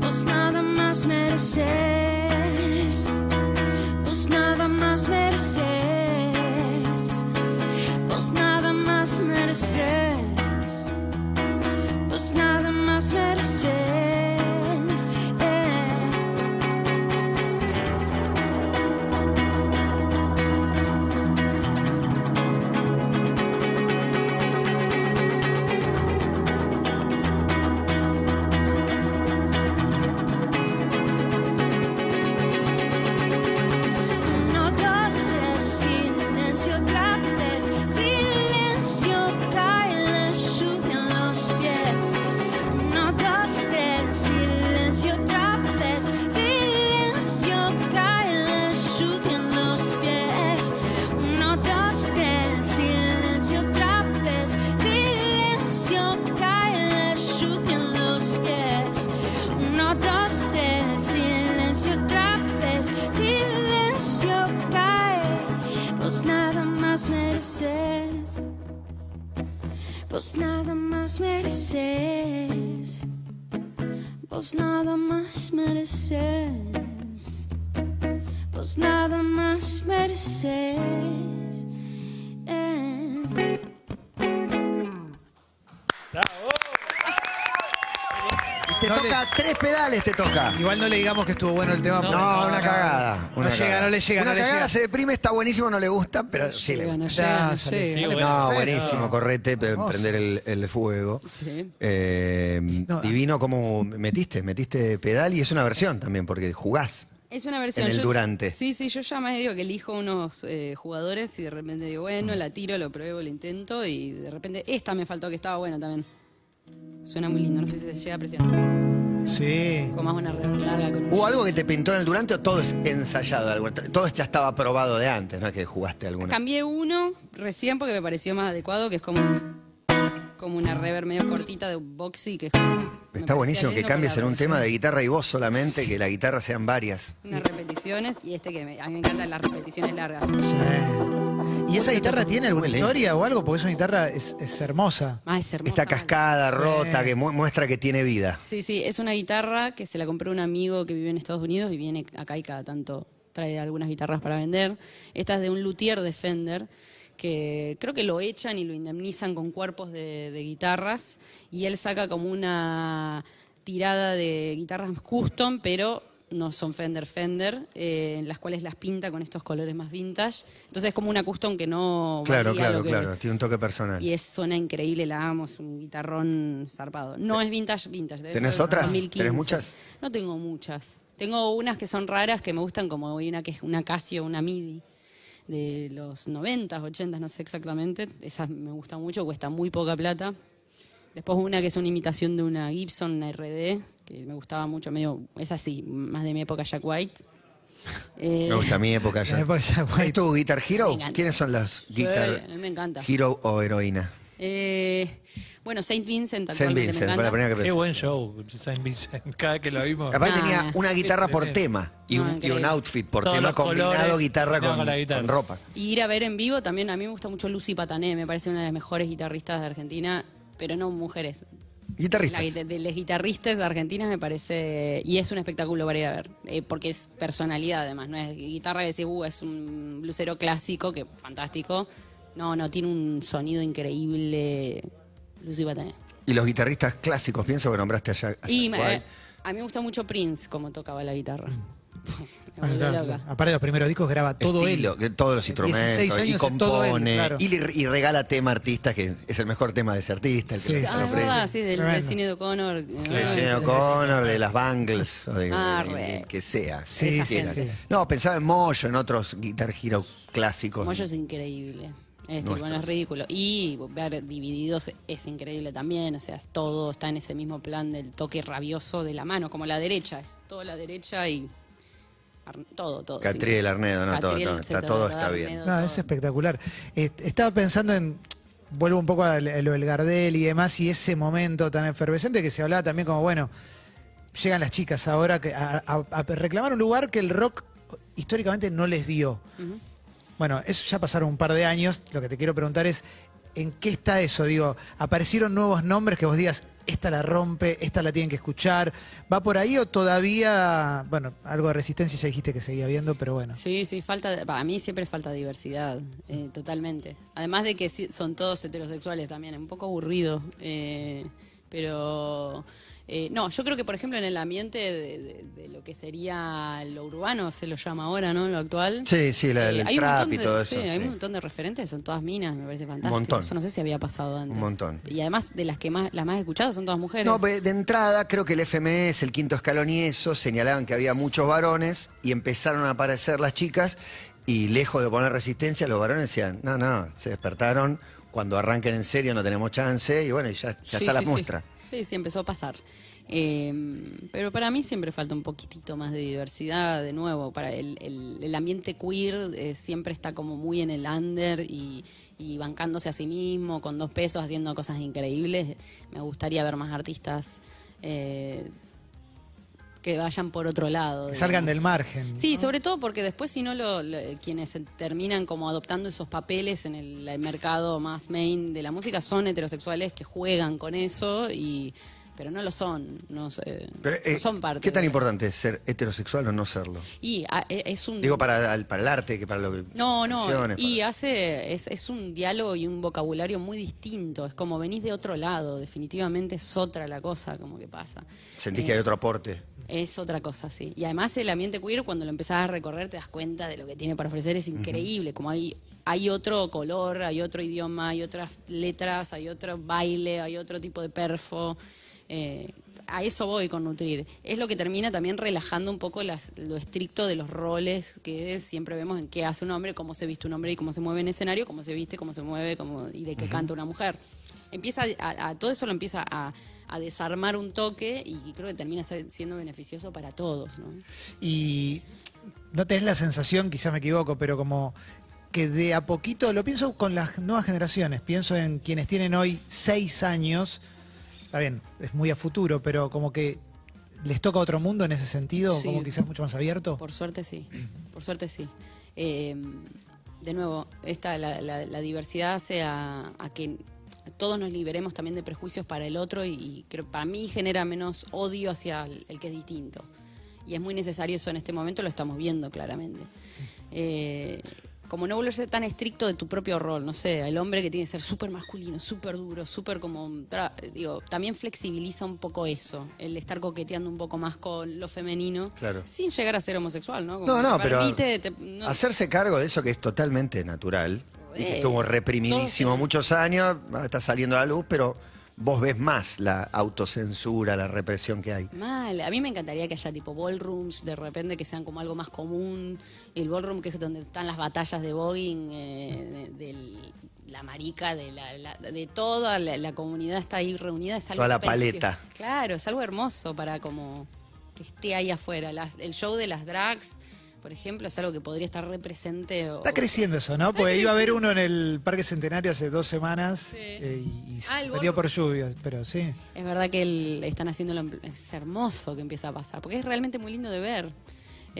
Speaker 2: Vos nada más mereces. Vos nada más mereces. Vos nada más mereces. Vos nada más mereces. Eh. Uno, dos, tres, silencio otra vez. Silencio, cae la lluvia en los pies. Uno, dos, tres, silencio otra vez. Silencio, cae la lluvia en los pies. Uno, dos, tres, silencio otra vez. Silencio, cae la lluvia en los pies. Uno, dos, tres, silencio otra vez. Silencio cae, pues nada más mereces. Pues nada más mereces. Pues nada más mereces. Pues nada más mereces. Eh.
Speaker 3: Te
Speaker 6: No
Speaker 3: toca tres pedales, te toca.
Speaker 6: Igual no le digamos que estuvo bueno el tema. porque-
Speaker 3: No, una cagada.
Speaker 6: No
Speaker 3: una
Speaker 6: llega,
Speaker 3: cagada.
Speaker 6: no le llega.
Speaker 3: Una
Speaker 6: no le
Speaker 3: cagada
Speaker 6: llega.
Speaker 3: se deprime, está buenísimo, no le gusta, pero sí le gusta.
Speaker 6: Ya, sale-
Speaker 5: Sí, bueno.
Speaker 3: No,
Speaker 6: Bueno.
Speaker 3: Ah, buenísimo, correte, pe- prender el, el fuego.
Speaker 2: Sí.
Speaker 3: Eh,
Speaker 6: No,
Speaker 3: divino como metiste, metiste pedal y es una versión también, porque jugás.
Speaker 4: Es una versión.
Speaker 3: en el
Speaker 4: Yo-
Speaker 3: durante.
Speaker 4: Sí, sí, yo ya me digo que elijo unos eh, jugadores y de repente digo, bueno, la tiro, lo pruebo, lo intento y de repente esta me faltó que estaba buena también. Suena muy lindo, no sé si se llega a presionar.
Speaker 6: Sí.
Speaker 4: Con más una re larga con un-
Speaker 3: ¿Hubo algo que te pintó en el durante o todo es ensayado? Algo- Todo ya estaba probado de antes, ¿no? Que jugaste alguna.
Speaker 4: Cambié uno recién porque me pareció más adecuado, que es como, como una reverb medio cortita de un boxy. Que es como- me
Speaker 3: Está
Speaker 4: parecía
Speaker 3: buenísimo que
Speaker 4: lindo con
Speaker 3: cambies
Speaker 4: la
Speaker 3: en un
Speaker 4: versión.
Speaker 3: tema de guitarra y voz solamente, que la guitarra sean varias.
Speaker 4: Unas repeticiones y este que me- a mí me encantan las repeticiones largas.
Speaker 6: Sí. ¿Y esa guitarra tiene alguna
Speaker 3: Huele.
Speaker 6: historia o algo? Porque esa guitarra es, es hermosa.
Speaker 4: Ah, es hermosa.
Speaker 3: Esta cascada rota que mu- muestra que tiene vida.
Speaker 4: Sí, sí, es una guitarra que se la compró un amigo que vive en Estados Unidos y viene acá y cada tanto trae algunas guitarras para vender. Esta es de un luthier de Fender que creo que lo echan y lo indemnizan con cuerpos de, de guitarras y él saca como una tirada de guitarras custom, pero no son Fender Fender, eh, en las cuales las pinta con estos colores más vintage. Entonces es como una custom que no...
Speaker 3: Claro,
Speaker 4: varía
Speaker 3: claro,
Speaker 4: lo que-
Speaker 3: claro. Tiene un toque personal.
Speaker 4: y es, suena increíble, la amo, es un guitarrón zarpado. No es vintage, vintage. debe
Speaker 3: ¿Tenés
Speaker 4: ser
Speaker 3: otras?
Speaker 4: 2015.
Speaker 3: ¿Tenés muchas?
Speaker 4: No tengo muchas. Tengo unas que son raras que me gustan, como hay una que es una Casio, una MIDI de los 90, 80, no sé exactamente. Esas me gustan mucho, cuesta muy poca plata. Después una que es una imitación de una Gibson, una RD, que me gustaba mucho, medio, es así, más de mi época Jack White. Eh,
Speaker 3: Me gusta mi época
Speaker 6: La
Speaker 3: ya.
Speaker 6: época ya, güey.
Speaker 3: ¿Es tu Guitar Hero?
Speaker 4: Me encanta.
Speaker 3: ¿Quiénes son las
Speaker 4: Sí,
Speaker 3: Guitar
Speaker 4: a mí me encanta.
Speaker 3: Hero o heroína?
Speaker 4: eh, bueno, Saint Vincent
Speaker 3: Saint
Speaker 4: actualmente
Speaker 3: Vincent,
Speaker 4: me
Speaker 3: fue la primera que
Speaker 4: encanta.
Speaker 5: Qué
Speaker 3: pensé.
Speaker 5: buen show, Saint Vincent. Cada que lo vimos.
Speaker 3: Capaz
Speaker 4: Ah.
Speaker 3: tenía una guitarra por
Speaker 5: Sí,
Speaker 3: tema y
Speaker 4: No,
Speaker 3: un, y un
Speaker 4: increíble.
Speaker 3: outfit por
Speaker 5: Todos
Speaker 3: tema
Speaker 5: los
Speaker 3: combinado
Speaker 5: colores
Speaker 3: guitarra
Speaker 5: combinado
Speaker 3: con,
Speaker 5: con la guitarra.
Speaker 3: con ropa.
Speaker 4: Y ir a ver en vivo también, a mí me gusta mucho Lucy Patané, me parece una de las mejores guitarristas de Argentina, pero no mujeres. La
Speaker 3: Guitarristas.
Speaker 4: guita- de los guitarristas argentinas me parece, y es un espectáculo para ir a ver, eh, porque es personalidad además, no es guitarra que decís, "Uh, es un blusero clásico, que fantástico. No, no, tiene un sonido increíble Lucy Patané.
Speaker 3: Y los guitarristas clásicos, pienso que nombraste allá.
Speaker 4: Y eh, me- a mí me gusta mucho Prince, como tocaba la guitarra. me
Speaker 6: Ah,
Speaker 4: volvió
Speaker 6: claro.
Speaker 4: loca.
Speaker 6: Aparte, los primeros discos graba todo
Speaker 3: todo
Speaker 6: él.
Speaker 3: todos los
Speaker 6: 16
Speaker 3: instrumentos, y
Speaker 6: años es todo él,
Speaker 3: compone,
Speaker 6: claro.
Speaker 3: y, le- y regala tema a artistas, que es el mejor tema de ese artista, el que
Speaker 6: Sí,
Speaker 3: se
Speaker 6: sí,
Speaker 4: Ah, es
Speaker 3: ofrece.
Speaker 4: verdad, sí, del, del
Speaker 6: Tremendo.
Speaker 4: cine de O'Connor.
Speaker 3: De
Speaker 4: Ay,
Speaker 3: Gene O'Connor, de las Bangles, o de,
Speaker 4: Ah,
Speaker 3: de-
Speaker 4: re.
Speaker 3: de- que sea.
Speaker 6: Sí,
Speaker 3: que
Speaker 4: esa
Speaker 3: quiera.
Speaker 4: gente.
Speaker 3: No, pensaba en Moyo, en otros Guitar Hero clásicos.
Speaker 4: Moyo es increíble. Es, tipo, no es
Speaker 3: Nuestros.
Speaker 4: ridículo. Y ver divididos es increíble también. O sea, es todo está en ese mismo plan del toque rabioso de la mano, como la derecha. Es toda la derecha y Ar- todo, todo.
Speaker 3: Catriel, Arnedo, no, todo, todo, está- todo está bien.
Speaker 6: No, es espectacular. Eh, estaba pensando en. Vuelvo un poco a lo del Gardel y demás, y ese momento tan efervescente que se hablaba también como, bueno, llegan las chicas ahora que- a, a- a reclamar un lugar que el rock históricamente no les dio. Bueno, eso ya pasaron un par de años. Lo que te quiero preguntar es, ¿en qué está eso? Digo, ¿aparecieron nuevos nombres que vos digas, esta la rompe, esta la tienen que escuchar? ¿Va por ahí o todavía, bueno, algo de resistencia ya dijiste que seguía habiendo, pero bueno.
Speaker 4: Sí, sí, falta, de- para mí siempre falta diversidad, eh, totalmente. Además de que sí- son todos heterosexuales también, un poco aburrido. eh, pero, eh, no, yo creo que, por ejemplo, en el ambiente de, de- de lo que sería lo urbano, se lo llama ahora, ¿no? Lo actual. Eh,
Speaker 3: Sí, sí, la- el
Speaker 4: hay un
Speaker 3: trap
Speaker 4: montón
Speaker 3: y
Speaker 4: de-
Speaker 3: todo
Speaker 4: sí,
Speaker 3: eso,
Speaker 4: hay
Speaker 3: sí.
Speaker 4: un montón de referentes, son todas minas, me parece fantástico.
Speaker 3: montón.
Speaker 4: Eso no sé si había pasado antes.
Speaker 3: Un montón.
Speaker 4: Y además, de las que más, las más escuchadas son todas mujeres.
Speaker 3: No, pe- de entrada creo que el FMS, el quinto escalón y eso, señalaban que había muchos varones y empezaron a aparecer las chicas y lejos de poner resistencia, los varones decían, no, no, se despertaron, cuando arranquen en serio no tenemos chance y bueno, y ya, ya
Speaker 4: Sí,
Speaker 3: está la
Speaker 4: sí, sí.
Speaker 3: muestra.
Speaker 4: Sí, sí, empezó a pasar. Eh, pero para mí siempre falta un poquitito más de diversidad, de nuevo. Para el, el- el ambiente queer eh, siempre está como muy en el under y, y bancándose a sí mismo, con dos pesos, haciendo cosas increíbles. Me gustaría ver más artistas eh, que vayan por otro lado.
Speaker 6: Que salgan
Speaker 4: digamos.
Speaker 6: del margen.
Speaker 4: Sí, sobre todo porque después si no lo, lo- quienes terminan como adoptando esos papeles en el, el mercado más main de la música son heterosexuales que juegan con eso y pero no lo son, no, sé,
Speaker 3: Pero,
Speaker 4: no
Speaker 3: eh,
Speaker 4: son parte.
Speaker 3: ¿Qué tan
Speaker 4: de-
Speaker 3: importante es ser heterosexual o no serlo?
Speaker 4: Y ah, eh, es un
Speaker 3: Digo para, al- para el arte, que para lo que...
Speaker 4: no, no,
Speaker 3: canciones,
Speaker 4: y
Speaker 3: para-
Speaker 4: hace es, es un diálogo y un vocabulario muy distinto, es como venís de otro lado, definitivamente es otra la cosa como que pasa.
Speaker 3: Sentís que hay otro aporte.
Speaker 4: Es otra cosa, sí. Y además el ambiente queer, cuando lo empezás a recorrer, te das cuenta de lo que tiene para ofrecer, es increíble. Como hay, hay otro color, hay otro idioma, hay otras letras, hay otro baile, hay otro tipo de perfo. Eh, a eso voy con nutrir. Es lo que termina también relajando un poco las- lo estricto de los roles que siempre vemos en qué hace un hombre, cómo se viste un hombre y cómo se mueve en escenario, cómo se viste, cómo se mueve cómo, y de qué canta una mujer. Empieza a, a- todo eso lo empieza a, a desarmar un toque y creo que termina ser- siendo beneficioso para todos. ¿no?
Speaker 6: y no tenés la sensación, quizás me equivoco, pero como que de a poquito, lo pienso con las nuevas generaciones, pienso en quienes tienen hoy seis años, está bien, es muy a futuro, pero como que les toca otro mundo en ese sentido,
Speaker 4: Sí.
Speaker 6: como quizás mucho más abierto.
Speaker 4: Por suerte sí, por suerte sí. Eh, de nuevo, esta, la, la- la diversidad hace a, a que todos nos liberemos también de prejuicios para el otro y, y creo- para mí genera menos odio hacia el, el que es distinto. Y es muy necesario eso en este momento, lo estamos viendo claramente. Eh, como no volverse tan estricto de tu propio rol, no sé, el hombre que tiene que ser súper masculino, súper duro, súper como... tra- digo, también flexibiliza un poco eso, el estar coqueteando un poco más con lo femenino
Speaker 3: Claro.
Speaker 4: sin llegar a ser homosexual, ¿no? Como
Speaker 3: No, no,
Speaker 4: te
Speaker 3: pero
Speaker 4: permite, te- no-
Speaker 3: hacerse cargo de eso que es totalmente natural y que
Speaker 4: Eh,
Speaker 3: estuvo reprimidísimo
Speaker 4: todos-
Speaker 3: muchos años, ahora está saliendo a la luz, pero vos ves más la autocensura, la represión que hay.
Speaker 4: Mal, a mí me encantaría que haya tipo ballrooms de repente que sean como algo más común. El ballroom que es donde están las batallas de voguing, eh, de, del- la marica, de, la, la- de toda la, la comunidad está ahí reunida. Es algo
Speaker 3: Toda la
Speaker 4: precioso.
Speaker 3: paleta.
Speaker 4: Claro, es algo hermoso para como que esté ahí afuera. Las- el show de las drags, por ejemplo, es algo que podría estar represente. o-
Speaker 6: Está creciendo eso, ¿no? Porque iba a haber uno en el Parque Centenario hace dos semanas eh, y, y se
Speaker 4: Ah, el
Speaker 6: perdió
Speaker 4: bolo.
Speaker 6: por lluvia, pero sí.
Speaker 4: Es verdad que el- están haciéndolo, en- es hermoso que empieza a pasar, porque es realmente muy lindo de ver.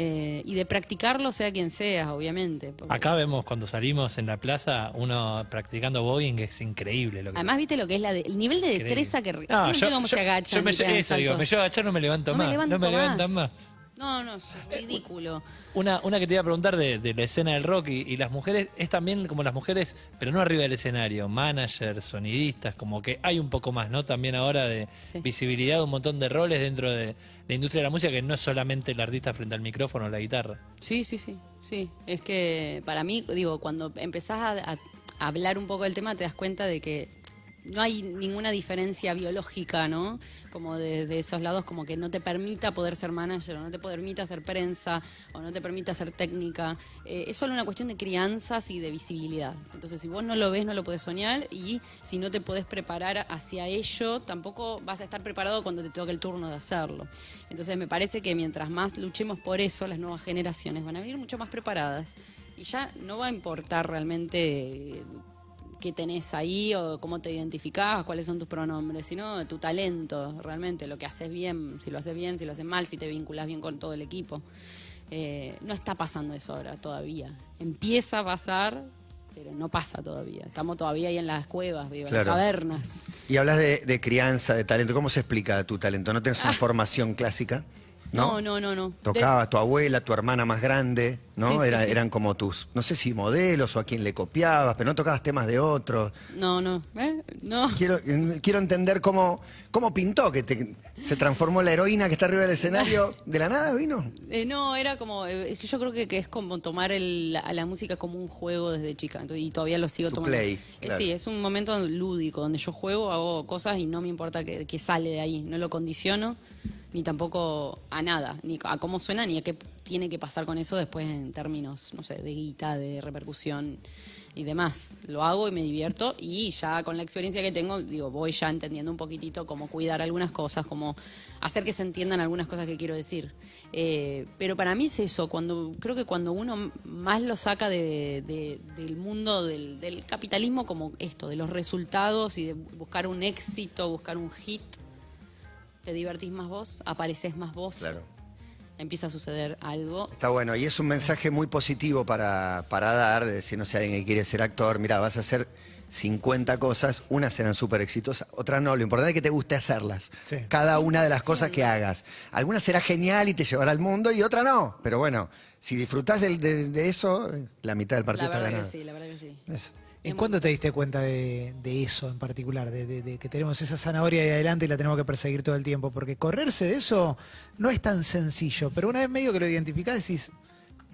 Speaker 4: Eh, y de practicarlo sea quien seas, obviamente. porque-
Speaker 5: Acá vemos cuando salimos en la plaza, uno practicando voguing, que es increíble lo que
Speaker 4: Además, viste lo que es la de- el nivel de destreza que... re-
Speaker 5: No,
Speaker 4: no sé cómo se agachan
Speaker 5: yo me,
Speaker 4: y pegan
Speaker 5: eso digo,
Speaker 4: saltos.
Speaker 5: me llevo a agachar, no me levanto
Speaker 4: no
Speaker 5: más.
Speaker 4: me levanto
Speaker 5: no me
Speaker 4: más.
Speaker 5: levantan más.
Speaker 4: No, no, es ridículo.
Speaker 5: Una, una que te iba a preguntar de, de la escena del rock y, y las mujeres, es también como las mujeres, pero no arriba del escenario, managers, sonidistas, como que hay un poco más, ¿no? También ahora de
Speaker 4: Sí.
Speaker 5: visibilidad, un montón de roles dentro de la industria de la música, que no es solamente el artista frente al micrófono o la guitarra.
Speaker 4: Sí, sí, sí, sí. Es que para mí, digo, cuando empezás a, a- a hablar un poco del tema, te das cuenta de que no hay ninguna diferencia biológica, ¿no? Como de, de esos lados, como que no te permita poder ser manager, o no te permita hacer prensa, o no te permita hacer técnica. Eh, es solo una cuestión de crianzas y de visibilidad. Entonces, si vos no lo ves, no lo podés soñar, y si no te podés preparar hacia ello, tampoco vas a estar preparado cuando te toque el turno de hacerlo. Entonces, me parece que mientras más luchemos por eso, las nuevas generaciones van a venir mucho más preparadas. Y ya no va a importar realmente eh, qué tenés ahí o cómo te identificás, cuáles son tus pronombres, sino tu talento, realmente, lo que haces bien, si lo haces bien, si lo haces mal, si te vinculás bien con todo el equipo. Eh, no está pasando eso ahora todavía. Empieza a pasar, pero no pasa todavía. Estamos todavía ahí en las cuevas, digo, en
Speaker 3: Claro.
Speaker 4: las cavernas.
Speaker 3: Y hablas de, de crianza, de talento. ¿Cómo se explica tu talento? ¿No tenés una formación clásica?
Speaker 4: Ah. No, no, no, no.
Speaker 3: Tocaba tu abuela, tu hermana más grande, ¿no?
Speaker 4: Sí, sí,
Speaker 3: Era-
Speaker 4: sí.
Speaker 3: Eran como tus, no sé si modelos o a quién le copiabas, pero no tocabas temas de otros.
Speaker 4: De- no, no. ¿eh? No.
Speaker 3: Quiero, quiero entender cómo, cómo pintó, que te- se transformó la heroína que está arriba del escenario. ¿De la nada vino?
Speaker 4: Eh, no, era como, eh, es que yo creo que, que es como tomar el- a la música como un juego desde chica, entonces, y todavía lo sigo
Speaker 3: Tu
Speaker 4: tomando.
Speaker 3: play,
Speaker 4: Eh,
Speaker 3: claro.
Speaker 4: sí, es un momento lúdico, donde yo juego, hago cosas y no me importa que, que sale de ahí, no lo condiciono, ni tampoco a nada, ni a cómo suena, ni a qué tiene que pasar con eso después en términos, no sé, de guita, de repercusión y demás. Lo hago y me divierto y ya con la experiencia que tengo, digo, voy ya entendiendo un poquitito cómo cuidar algunas cosas, cómo hacer que se entiendan algunas cosas que quiero decir. Eh, pero para mí es eso, cuando creo que cuando uno m- más lo saca de- de- del mundo del, del capitalismo como esto, de los resultados y de buscar un éxito, buscar un hit, te divertís más vos, apareces más vos, empieza a suceder algo
Speaker 3: Está bueno, y es un mensaje muy positivo para, para dar, de decir, no sé, alguien que quiere ser actor, mira, vas a hacer 50 cosas, unas serán súper exitosas, otras no, lo importante es que te guste hacerlas,
Speaker 6: Sí.
Speaker 3: cada una de las cosas que hagas. Algunas será genial y te llevará al mundo y otra no, pero bueno, si disfrutás del- de, de eso, la mitad del partido
Speaker 4: La
Speaker 3: está
Speaker 4: verdad
Speaker 3: ganada.
Speaker 4: que sí, la verdad que sí.
Speaker 3: Es-
Speaker 6: ¿En cuándo te diste cuenta de, de eso en particular? De, de- de que tenemos esa zanahoria ahí adelante y la tenemos que perseguir todo el tiempo. Porque correrse de eso no es tan sencillo. Pero una vez medio que lo identificás, decís,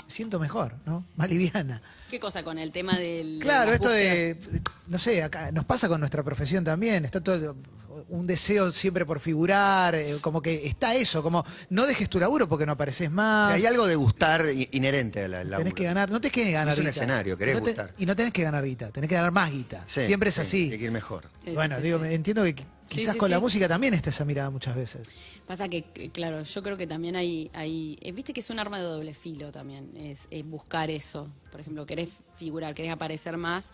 Speaker 6: siento mejor, ¿no? Más liviana.
Speaker 4: ¿Qué cosa con el tema del...
Speaker 6: Claro,
Speaker 4: las
Speaker 6: esto
Speaker 4: búsquedas?
Speaker 6: de. No sé, acá nos pasa con nuestra profesión también. Está todo. un deseo siempre por figurar, eh, como que está eso, como no dejes tu laburo porque no apareces más.
Speaker 3: Hay algo de gustar i- inherente a la laburo.
Speaker 6: Tenés que ganar, no tenés que ganar
Speaker 3: Es un
Speaker 6: guita.
Speaker 3: escenario, querés
Speaker 6: No te-
Speaker 3: gustar.
Speaker 6: Y no tenés que ganar guita, tenés que ganar más guita.
Speaker 3: Sí,
Speaker 6: Siempre es
Speaker 3: sí,
Speaker 6: así.
Speaker 3: Hay que ir mejor.
Speaker 4: Sí, sí,
Speaker 6: bueno,
Speaker 4: sí,
Speaker 6: digo,
Speaker 4: sí.
Speaker 6: me- entiendo que qui-
Speaker 4: Sí,
Speaker 6: quizás
Speaker 4: sí,
Speaker 6: con la
Speaker 4: sí.
Speaker 6: música también está esa mirada muchas veces.
Speaker 4: Pasa que, que, claro, yo creo que también hay, hay eh, viste que es un arma de doble filo también, es, eh, buscar eso. Por ejemplo, querés figurar, querés aparecer más,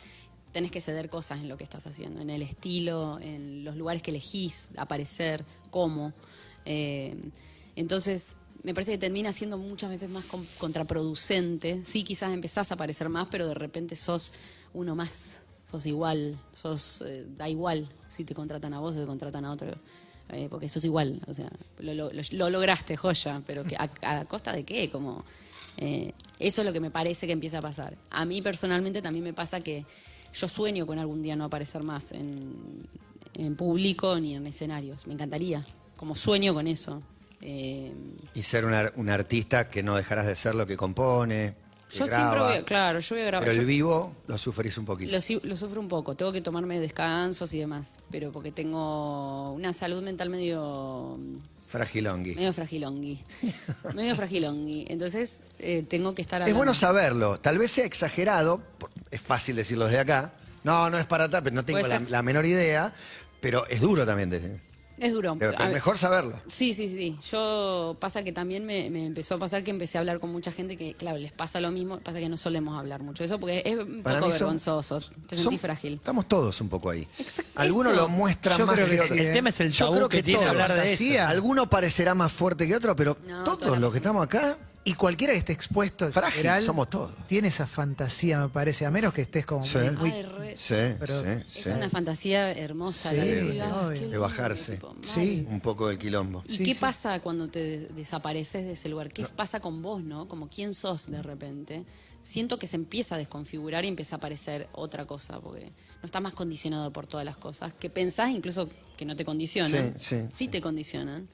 Speaker 4: tenés que ceder cosas en lo que estás haciendo, en el estilo, en los lugares que elegís aparecer, cómo. Eh, entonces, me parece que termina siendo muchas veces más con- contraproducente. Sí, quizás empezás a aparecer más, pero de repente sos uno más, sos igual, sos eh, da igual si te contratan a vos o te contratan a otro. Eh, porque sos igual, o sea, lo, lo- lo- lo lograste, joya, pero que, a, a costa de qué? Como, eh, eso es lo que me parece que empieza a pasar. A mí personalmente también me pasa que yo sueño con algún día no aparecer más en, en público ni en escenarios, me encantaría, como sueño con eso. Eh,
Speaker 3: Y ser un, ar- un artista que no dejarás de ser lo que compone. que
Speaker 4: yo
Speaker 3: graba,
Speaker 4: siempre voy, a- claro, yo voy a grabar.
Speaker 3: Pero
Speaker 4: yo-
Speaker 3: el vivo lo sufrís un poquito.
Speaker 4: Lo, si- lo sufro un poco, tengo que tomarme descansos y demás, pero porque tengo una salud mental medio
Speaker 3: Fragilongui.
Speaker 4: medio fragilongui. medio fragilongui. Entonces, eh, tengo que estar
Speaker 3: Es bueno
Speaker 4: hablando.
Speaker 3: saberlo. Tal vez sea exagerado, por- es fácil decirlo desde acá. No, no es para tal, pero no tengo
Speaker 4: Puede
Speaker 3: la,
Speaker 4: ser.
Speaker 3: la menor idea. Pero es duro también. de-
Speaker 4: Es duro.
Speaker 3: pero
Speaker 4: A-
Speaker 3: mejor saberlo.
Speaker 4: Sí, sí, sí. Yo pasa que también me, me empezó a pasar que empecé a hablar con mucha gente que, claro, les pasa lo mismo. Pasa que no solemos hablar mucho de eso porque es un
Speaker 3: Para
Speaker 4: poco
Speaker 3: mí son-
Speaker 4: vergonzoso. Te
Speaker 3: Son-
Speaker 4: sentís frágil.
Speaker 3: Estamos todos un poco ahí.
Speaker 4: Exacto,
Speaker 3: Algunos
Speaker 4: eso.
Speaker 3: lo muestran
Speaker 6: Yo
Speaker 3: más
Speaker 6: creo que
Speaker 3: otros.
Speaker 6: sí,
Speaker 5: El
Speaker 6: eh.
Speaker 5: tema es el
Speaker 3: Yo
Speaker 5: tabú
Speaker 3: creo
Speaker 5: que,
Speaker 3: que
Speaker 5: tiene
Speaker 3: todos.
Speaker 5: hablar de
Speaker 6: Fantasía.
Speaker 5: eso.
Speaker 6: sea.
Speaker 3: Alguno parecerá más fuerte que otro, pero
Speaker 4: No, toda
Speaker 3: todos
Speaker 4: la
Speaker 3: los
Speaker 4: razón.
Speaker 3: que estamos acá,
Speaker 6: Y cualquiera que esté expuesto en
Speaker 3: Frágil
Speaker 6: general,
Speaker 3: somos todos.
Speaker 6: tiene esa fantasía, me parece, a menos que estés como
Speaker 3: Sí.
Speaker 6: muy- muy-
Speaker 4: Ay, re-
Speaker 3: sí,
Speaker 6: Pero
Speaker 3: sí,
Speaker 4: es
Speaker 3: sí.
Speaker 4: una fantasía hermosa.
Speaker 6: Sí,
Speaker 4: la de decir,
Speaker 6: obvio.
Speaker 4: "Ah, qué
Speaker 6: De
Speaker 4: lindo",
Speaker 3: bajarse.
Speaker 4: tipo, mal.
Speaker 6: Sí.
Speaker 3: un poco del quilombo.
Speaker 4: ¿Y
Speaker 6: Sí,
Speaker 4: qué
Speaker 6: sí.
Speaker 4: pasa cuando te de- desapareces de ese lugar? ¿Qué pasa con vos, no? Como quién sos de repente. Siento que se empieza a desconfigurar y empieza a aparecer otra cosa, porque no estás más condicionado por todas las cosas que pensás incluso que no te condicionan.
Speaker 3: Sí, sí, sí.
Speaker 4: te condicionan.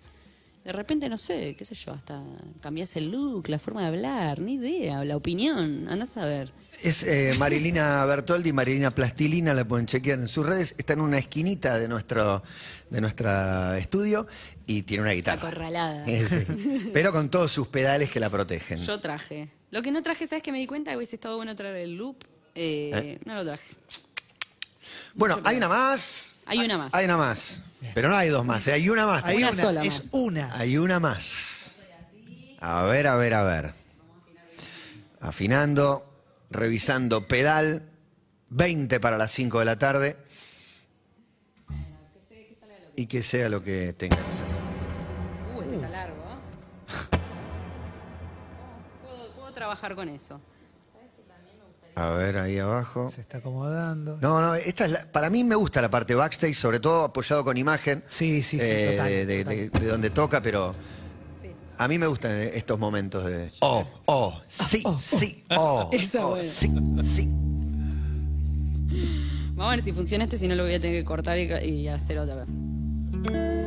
Speaker 4: De repente, no sé, qué sé yo, hasta cambias el look, la forma de hablar, ni idea, la opinión, andás a ver.
Speaker 3: Es eh, Marilina Bertoldi, Marilina Plastilina, la pueden chequear en sus redes. Está en una esquinita de nuestro de nuestra estudio y tiene una guitarra. Eh,
Speaker 4: Acorralada.
Speaker 3: Sí. Pero con todos sus pedales que la protegen.
Speaker 4: Yo traje. Lo que no traje, ¿sabes que me di cuenta? Que hubiese estado bueno traer el loop. Eh, No lo traje.
Speaker 3: bueno, hay una más.
Speaker 4: Hay una más.
Speaker 3: Hay una más. Pero no hay dos más, ¿eh? hay una más.
Speaker 6: Hay
Speaker 4: Una
Speaker 6: una,
Speaker 4: sola,
Speaker 6: es
Speaker 4: mamá.
Speaker 6: una.
Speaker 3: Hay una más. A ver, a ver, a ver. Afinando, revisando pedal. 20 para las 5 de la tarde. Y que sea lo que tenga que ser.
Speaker 4: Uh, este está largo. ¿eh? Puedo, puedo trabajar con eso.
Speaker 3: A ver, ahí abajo.
Speaker 6: Se está acomodando.
Speaker 3: No, no, esta es la- para mí me gusta la parte backstage, sobre todo apoyado con imagen.
Speaker 6: Sí, sí, sí,
Speaker 3: eh,
Speaker 6: total,
Speaker 3: de, de-
Speaker 6: total.
Speaker 3: de- de donde toca, pero a mí me gustan estos momentos de... Oh, oh, sí, sí, oh,
Speaker 4: Esa
Speaker 3: oh,
Speaker 4: buena.
Speaker 3: sí, sí.
Speaker 4: Vamos a ver si funciona este, si no lo voy a tener que cortar y, y hacer otra vez.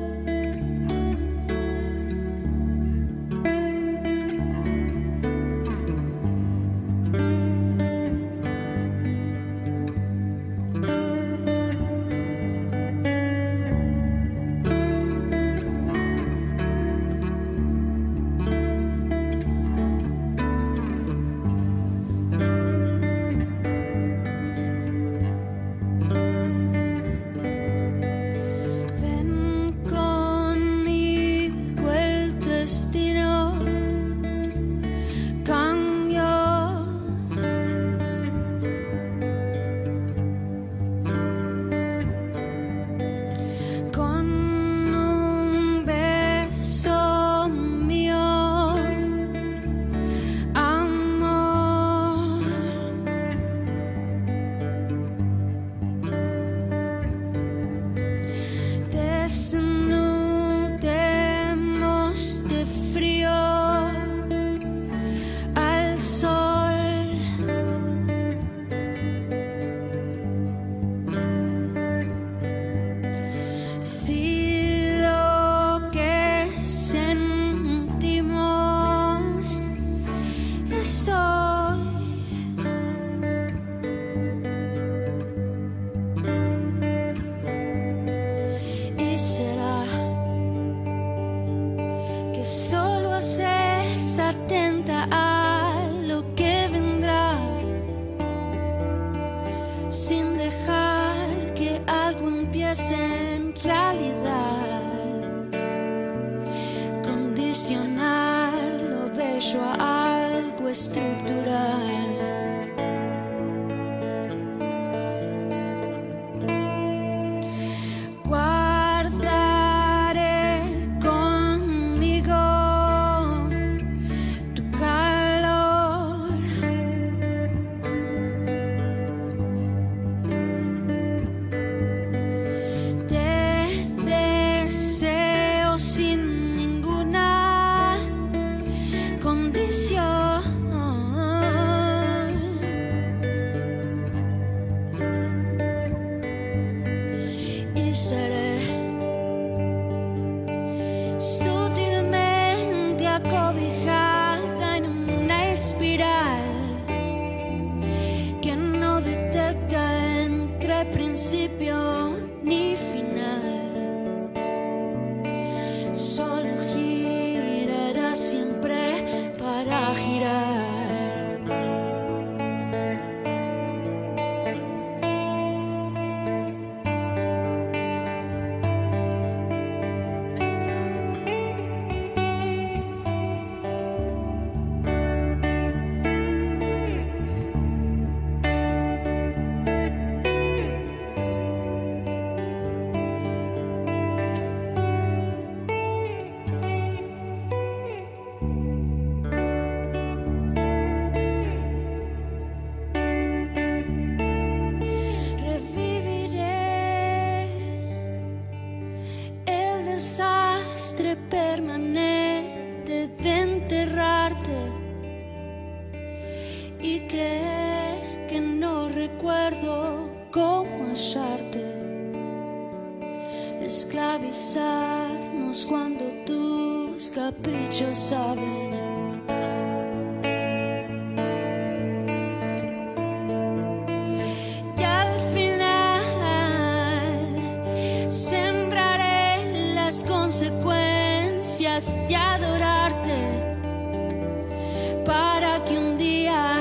Speaker 4: Ven conmigo el destino cambió. Con un beso mío, amor. Desnudemos de frío al sol. Si lo que sentimos es hoy. Y
Speaker 2: hacen realidad. Condicionar lo bello a algo estructural. Guardaré conmigo tu calor. Te deseo sin ninguna condición. Y seré sutilmente acobijada en una espiral que no detecta entre principio ni final. Solo girará siempre para girar. Reviviré el desastre permanente de enterrarte y creer que no recuerdo cómo hallarte. Esclavizarnos cuando tus caprichos saben. Y al final sembraré las consecuencias de adorarte para que un día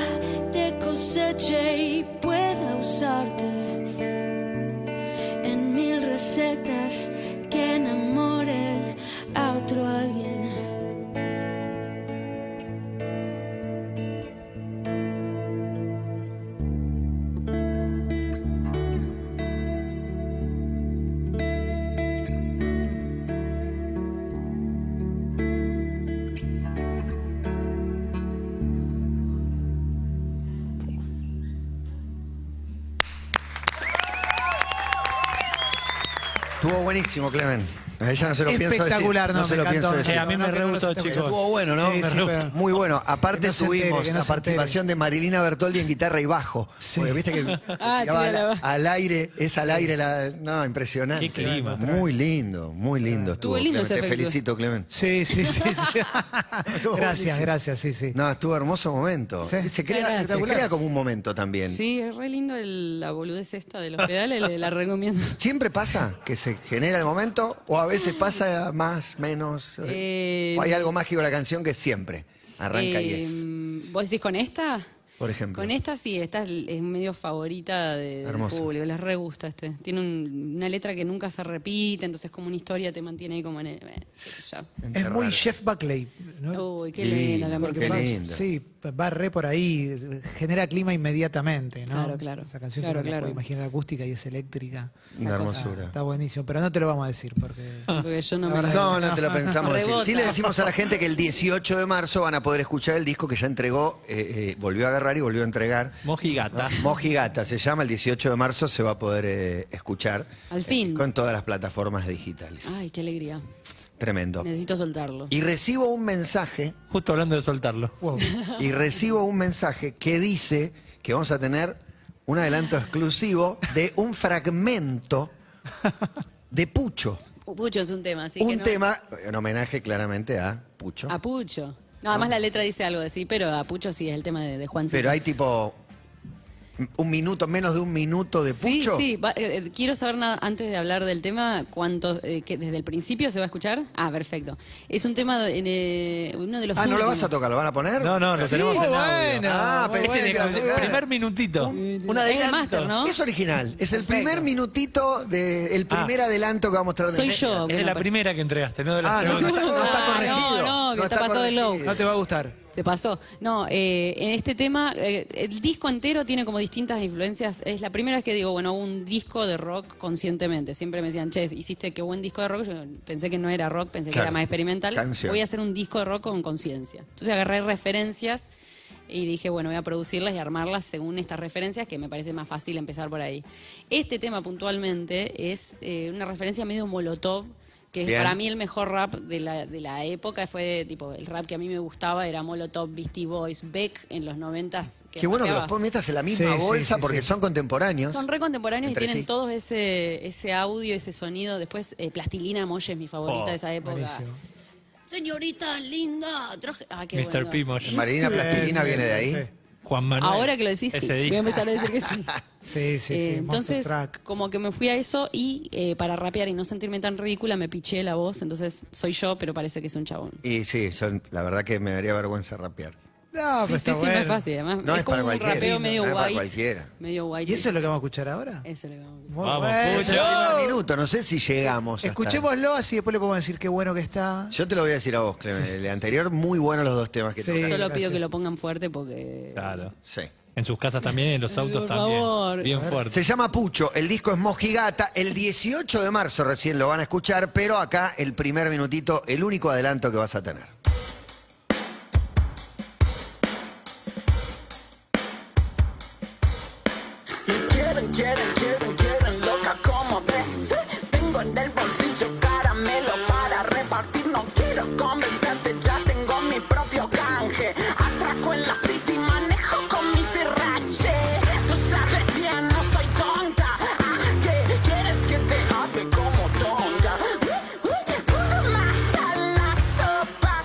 Speaker 2: te coseche y pueda usarte en mil recetas que enamoren a otro alguien.
Speaker 3: Estuvo buenísimo, Clemen. A ella no se lo pienso decir.
Speaker 6: Espectacular, no,
Speaker 3: se lo
Speaker 6: me encantó.
Speaker 3: pienso decir.
Speaker 5: Che, a mí me
Speaker 6: No, que
Speaker 5: re
Speaker 6: no
Speaker 5: gustó,
Speaker 6: se te-
Speaker 5: chicos.
Speaker 3: Estuvo bueno, ¿no? Me
Speaker 6: Sí, sí,
Speaker 3: re
Speaker 5: Eh,
Speaker 6: pero-
Speaker 3: gustó. Muy bueno.
Speaker 6: Que
Speaker 3: Aparte
Speaker 6: no se
Speaker 3: tuvimos
Speaker 6: entere, que no
Speaker 3: la
Speaker 6: se
Speaker 3: participación de Marilina Bertoldi en guitarra y bajo. Porque viste que
Speaker 4: Ah,
Speaker 3: tiraba
Speaker 4: tira la
Speaker 3: al,
Speaker 4: ba-
Speaker 3: al aire, es al aire la. No, impresionante.
Speaker 5: Qué clima.
Speaker 3: Muy lindo, muy lindo. Estuvo,
Speaker 4: lindo ese
Speaker 3: Clemen. Te
Speaker 4: efecto.
Speaker 3: felicito, Clemen.
Speaker 6: Sí, sí, sí. sí. gracias,
Speaker 3: buenísimo.
Speaker 6: gracias, sí, sí.
Speaker 3: No, estuvo hermoso momento.
Speaker 6: Sí.
Speaker 3: Se, crea,
Speaker 4: Gracias.
Speaker 3: se crea como un momento también.
Speaker 4: Sí, es re lindo el- la boludez esta de los pedales, le- la recomiendo.
Speaker 3: ¿Siempre pasa que se genera el momento o a veces pasa más, menos?
Speaker 4: Eh,
Speaker 3: ¿O hay algo mágico de la canción que siempre arranca y es?
Speaker 4: Eh, ¿Vos decís con esta?
Speaker 3: Por ejemplo.
Speaker 4: Con esta sí, esta es, es medio favorita de, del
Speaker 3: Hermosa.
Speaker 4: público, les re gusta este. Tiene un- una letra que nunca se repite, entonces como una historia te mantiene ahí como en el... eh, qué sé yo.
Speaker 6: Es muy Jeff Buckley. ¿no?
Speaker 4: Uy, qué
Speaker 3: Divino,
Speaker 4: linda la
Speaker 3: porque
Speaker 6: Porque
Speaker 3: Qué
Speaker 6: va-
Speaker 4: música.
Speaker 3: lindo.
Speaker 6: Sí, va re por ahí, genera clima inmediatamente, ¿no?
Speaker 4: Claro, claro.
Speaker 6: Esa canción
Speaker 4: Claro,
Speaker 6: que uno la
Speaker 4: claro.
Speaker 6: puede imaginar acústica y es eléctrica.
Speaker 3: Una
Speaker 4: esa
Speaker 6: Ah,
Speaker 3: hermosura.
Speaker 6: Está buenísimo, pero no te lo vamos a decir porque...
Speaker 4: Porque yo no
Speaker 6: La
Speaker 4: me la-
Speaker 6: verdad
Speaker 3: No, no te lo pensamos decir.
Speaker 4: Rebota.
Speaker 3: Sí le decimos a la gente que el 18 de marzo van a poder escuchar el disco que ya entregó, eh, eh, volvió a agarrar y volvió a entregar.
Speaker 5: Mojigata.
Speaker 3: Mojigata se llama, el 18 de marzo se va a poder eh, escuchar.
Speaker 4: Al
Speaker 3: eh,
Speaker 4: fin. Ah.
Speaker 3: con todas las plataformas digitales.
Speaker 4: Ay, qué alegría.
Speaker 3: Tremendo.
Speaker 4: Necesito soltarlo.
Speaker 3: Y recibo un mensaje
Speaker 5: Justo hablando de soltarlo.
Speaker 6: Wow.
Speaker 3: y recibo un mensaje que dice que vamos a tener un adelanto exclusivo de un fragmento de Pucho.
Speaker 4: Pucho es un tema, así que
Speaker 3: Un
Speaker 4: no-
Speaker 3: tema en homenaje claramente a Pucho.
Speaker 4: A Pucho. No, además la letra dice algo de sí, pero a Pucho sí es el tema de, de Juan
Speaker 3: pero hay tipo un minuto, menos de un minuto de
Speaker 4: Sí,
Speaker 3: pucho.
Speaker 4: sí. va- eh, eh, quiero saber nada antes de hablar del tema, cuánto, eh, que desde el principio se va a escuchar. Ah, perfecto. Es un tema de- en eh, uno de los.
Speaker 3: Ah, ¿no lo vas a
Speaker 4: últimos.
Speaker 3: tocar? ¿Lo van a poner?
Speaker 5: No, no, lo
Speaker 3: Sí.
Speaker 5: tenemos en audio.
Speaker 6: bueno.
Speaker 3: Ah,
Speaker 5: Es
Speaker 3: pensé
Speaker 5: en
Speaker 3: que
Speaker 5: el
Speaker 3: iba a llegar.
Speaker 5: primer minutito. Un
Speaker 4: Es el
Speaker 5: adelanto.
Speaker 4: máster, ¿no?
Speaker 3: Es original. Es el
Speaker 4: Perfecto.
Speaker 3: primer minutito, de,
Speaker 6: Ah.
Speaker 3: el primer adelanto que va a mostrar. de
Speaker 4: Soy
Speaker 3: Messi.
Speaker 4: yo.
Speaker 5: Es
Speaker 4: que
Speaker 5: de
Speaker 4: no
Speaker 5: la
Speaker 4: par-
Speaker 5: primera que entregaste, no de la
Speaker 3: Ah, no, no
Speaker 5: segunda.
Speaker 3: está, no está
Speaker 4: Ah,
Speaker 3: corregido.
Speaker 4: no, no, que está pasado de
Speaker 3: corregido.
Speaker 4: low.
Speaker 6: No te va a gustar.
Speaker 4: Te pasó. No, eh, en este tema, eh, el disco entero tiene como distintas influencias. Es la primera vez que digo, bueno, un disco de rock conscientemente. Siempre me decían, che, hiciste qué buen disco de rock. Yo pensé que no era rock, pensé que
Speaker 3: Claro.
Speaker 4: era más experimental.
Speaker 3: Canción.
Speaker 4: Voy a hacer un disco de rock con conciencia. Entonces agarré referencias y dije, bueno, voy a producirlas y armarlas según estas referencias, que me parece más fácil empezar por ahí. Este tema puntualmente es eh, una referencia medio molotov, que es
Speaker 3: Bien.
Speaker 4: para mí el mejor rap de la, de la época. Fue tipo, el rap que a mí me gustaba era molotov, Beastie Boys, Beck en los noventas.
Speaker 3: Qué bueno que los
Speaker 4: rapeaba.
Speaker 3: metas en la misma
Speaker 6: Sí, sí,
Speaker 3: bolsa
Speaker 6: sí,
Speaker 3: porque
Speaker 6: sí.
Speaker 3: son contemporáneos.
Speaker 4: Son re contemporáneos y
Speaker 3: Entre
Speaker 4: tienen
Speaker 3: sí.
Speaker 4: todos ese, ese audio, ese sonido. Después, eh, Plastilina Molle es mi favorita
Speaker 5: Oh,
Speaker 4: de esa época.
Speaker 6: Buenísimo.
Speaker 4: Señorita linda, traje. Ah, qué
Speaker 5: Mr.
Speaker 4: bueno.
Speaker 5: P. Moyo.
Speaker 3: Marina
Speaker 6: Sí,
Speaker 3: Plastilina
Speaker 6: sí,
Speaker 3: viene
Speaker 6: sí,
Speaker 3: de ahí.
Speaker 5: Juan Manuel.
Speaker 4: Ahora que lo decís, sí.
Speaker 5: Ese
Speaker 4: Voy a
Speaker 5: disco.
Speaker 4: empezar a decir que sí.
Speaker 6: Sí, sí, sí.
Speaker 4: Eh,
Speaker 6: Monster
Speaker 4: entonces,
Speaker 6: Truck.
Speaker 4: como que me fui a eso y eh, para rapear y no sentirme tan ridícula, me piché la voz. Entonces, soy yo, pero parece que es un chabón.
Speaker 3: Y sí, son, la verdad que me daría vergüenza rapear.
Speaker 6: No,
Speaker 4: sí,
Speaker 6: pero
Speaker 4: sí,
Speaker 6: está
Speaker 4: sí, no es
Speaker 6: bueno.
Speaker 4: fácil. Además,
Speaker 3: No es
Speaker 4: como
Speaker 3: para
Speaker 4: un
Speaker 3: cualquiera.
Speaker 4: rapeo medio
Speaker 3: No es para
Speaker 4: white.
Speaker 3: cualquiera.
Speaker 4: Medio white.
Speaker 6: ¿Y eso es lo que vamos a escuchar ahora?
Speaker 4: Eso es lo que vamos a ver.
Speaker 6: Muy
Speaker 5: Vamos,
Speaker 6: bueno.
Speaker 5: Pucho.
Speaker 3: Es el primer minuto, no sé si llegamos. hasta-
Speaker 6: Escuchémoslo así después le podemos decir qué bueno que está.
Speaker 3: Yo te lo voy a decir a vos, Clemen. El anterior, muy buenos los dos temas que
Speaker 6: Sí.
Speaker 3: tocaste.
Speaker 4: Solo pido
Speaker 6: gracias.
Speaker 4: que lo pongan fuerte porque.
Speaker 5: Claro.
Speaker 3: Sí.
Speaker 5: En sus casas también, en los autos
Speaker 4: Por
Speaker 5: también.
Speaker 4: favor.
Speaker 5: Bien fuerte.
Speaker 3: Se llama Pucho, el disco es Mojigata, el 18 de marzo recién lo van a escuchar, pero acá el primer minutito, el único adelanto que vas a tener.
Speaker 7: Me quieren, quieren, quieren, quieren loca como ves. Tengo en el bolsillo caramelo para repartir. No quiero convencerte, ya tengo mi propio canje. Atraco en la city, manejo con mi sirrache. Tú sabes bien, no soy tonta. Ah, ¿qué quieres que te hable como tonta? Uh, uh, pongo más a la sopa.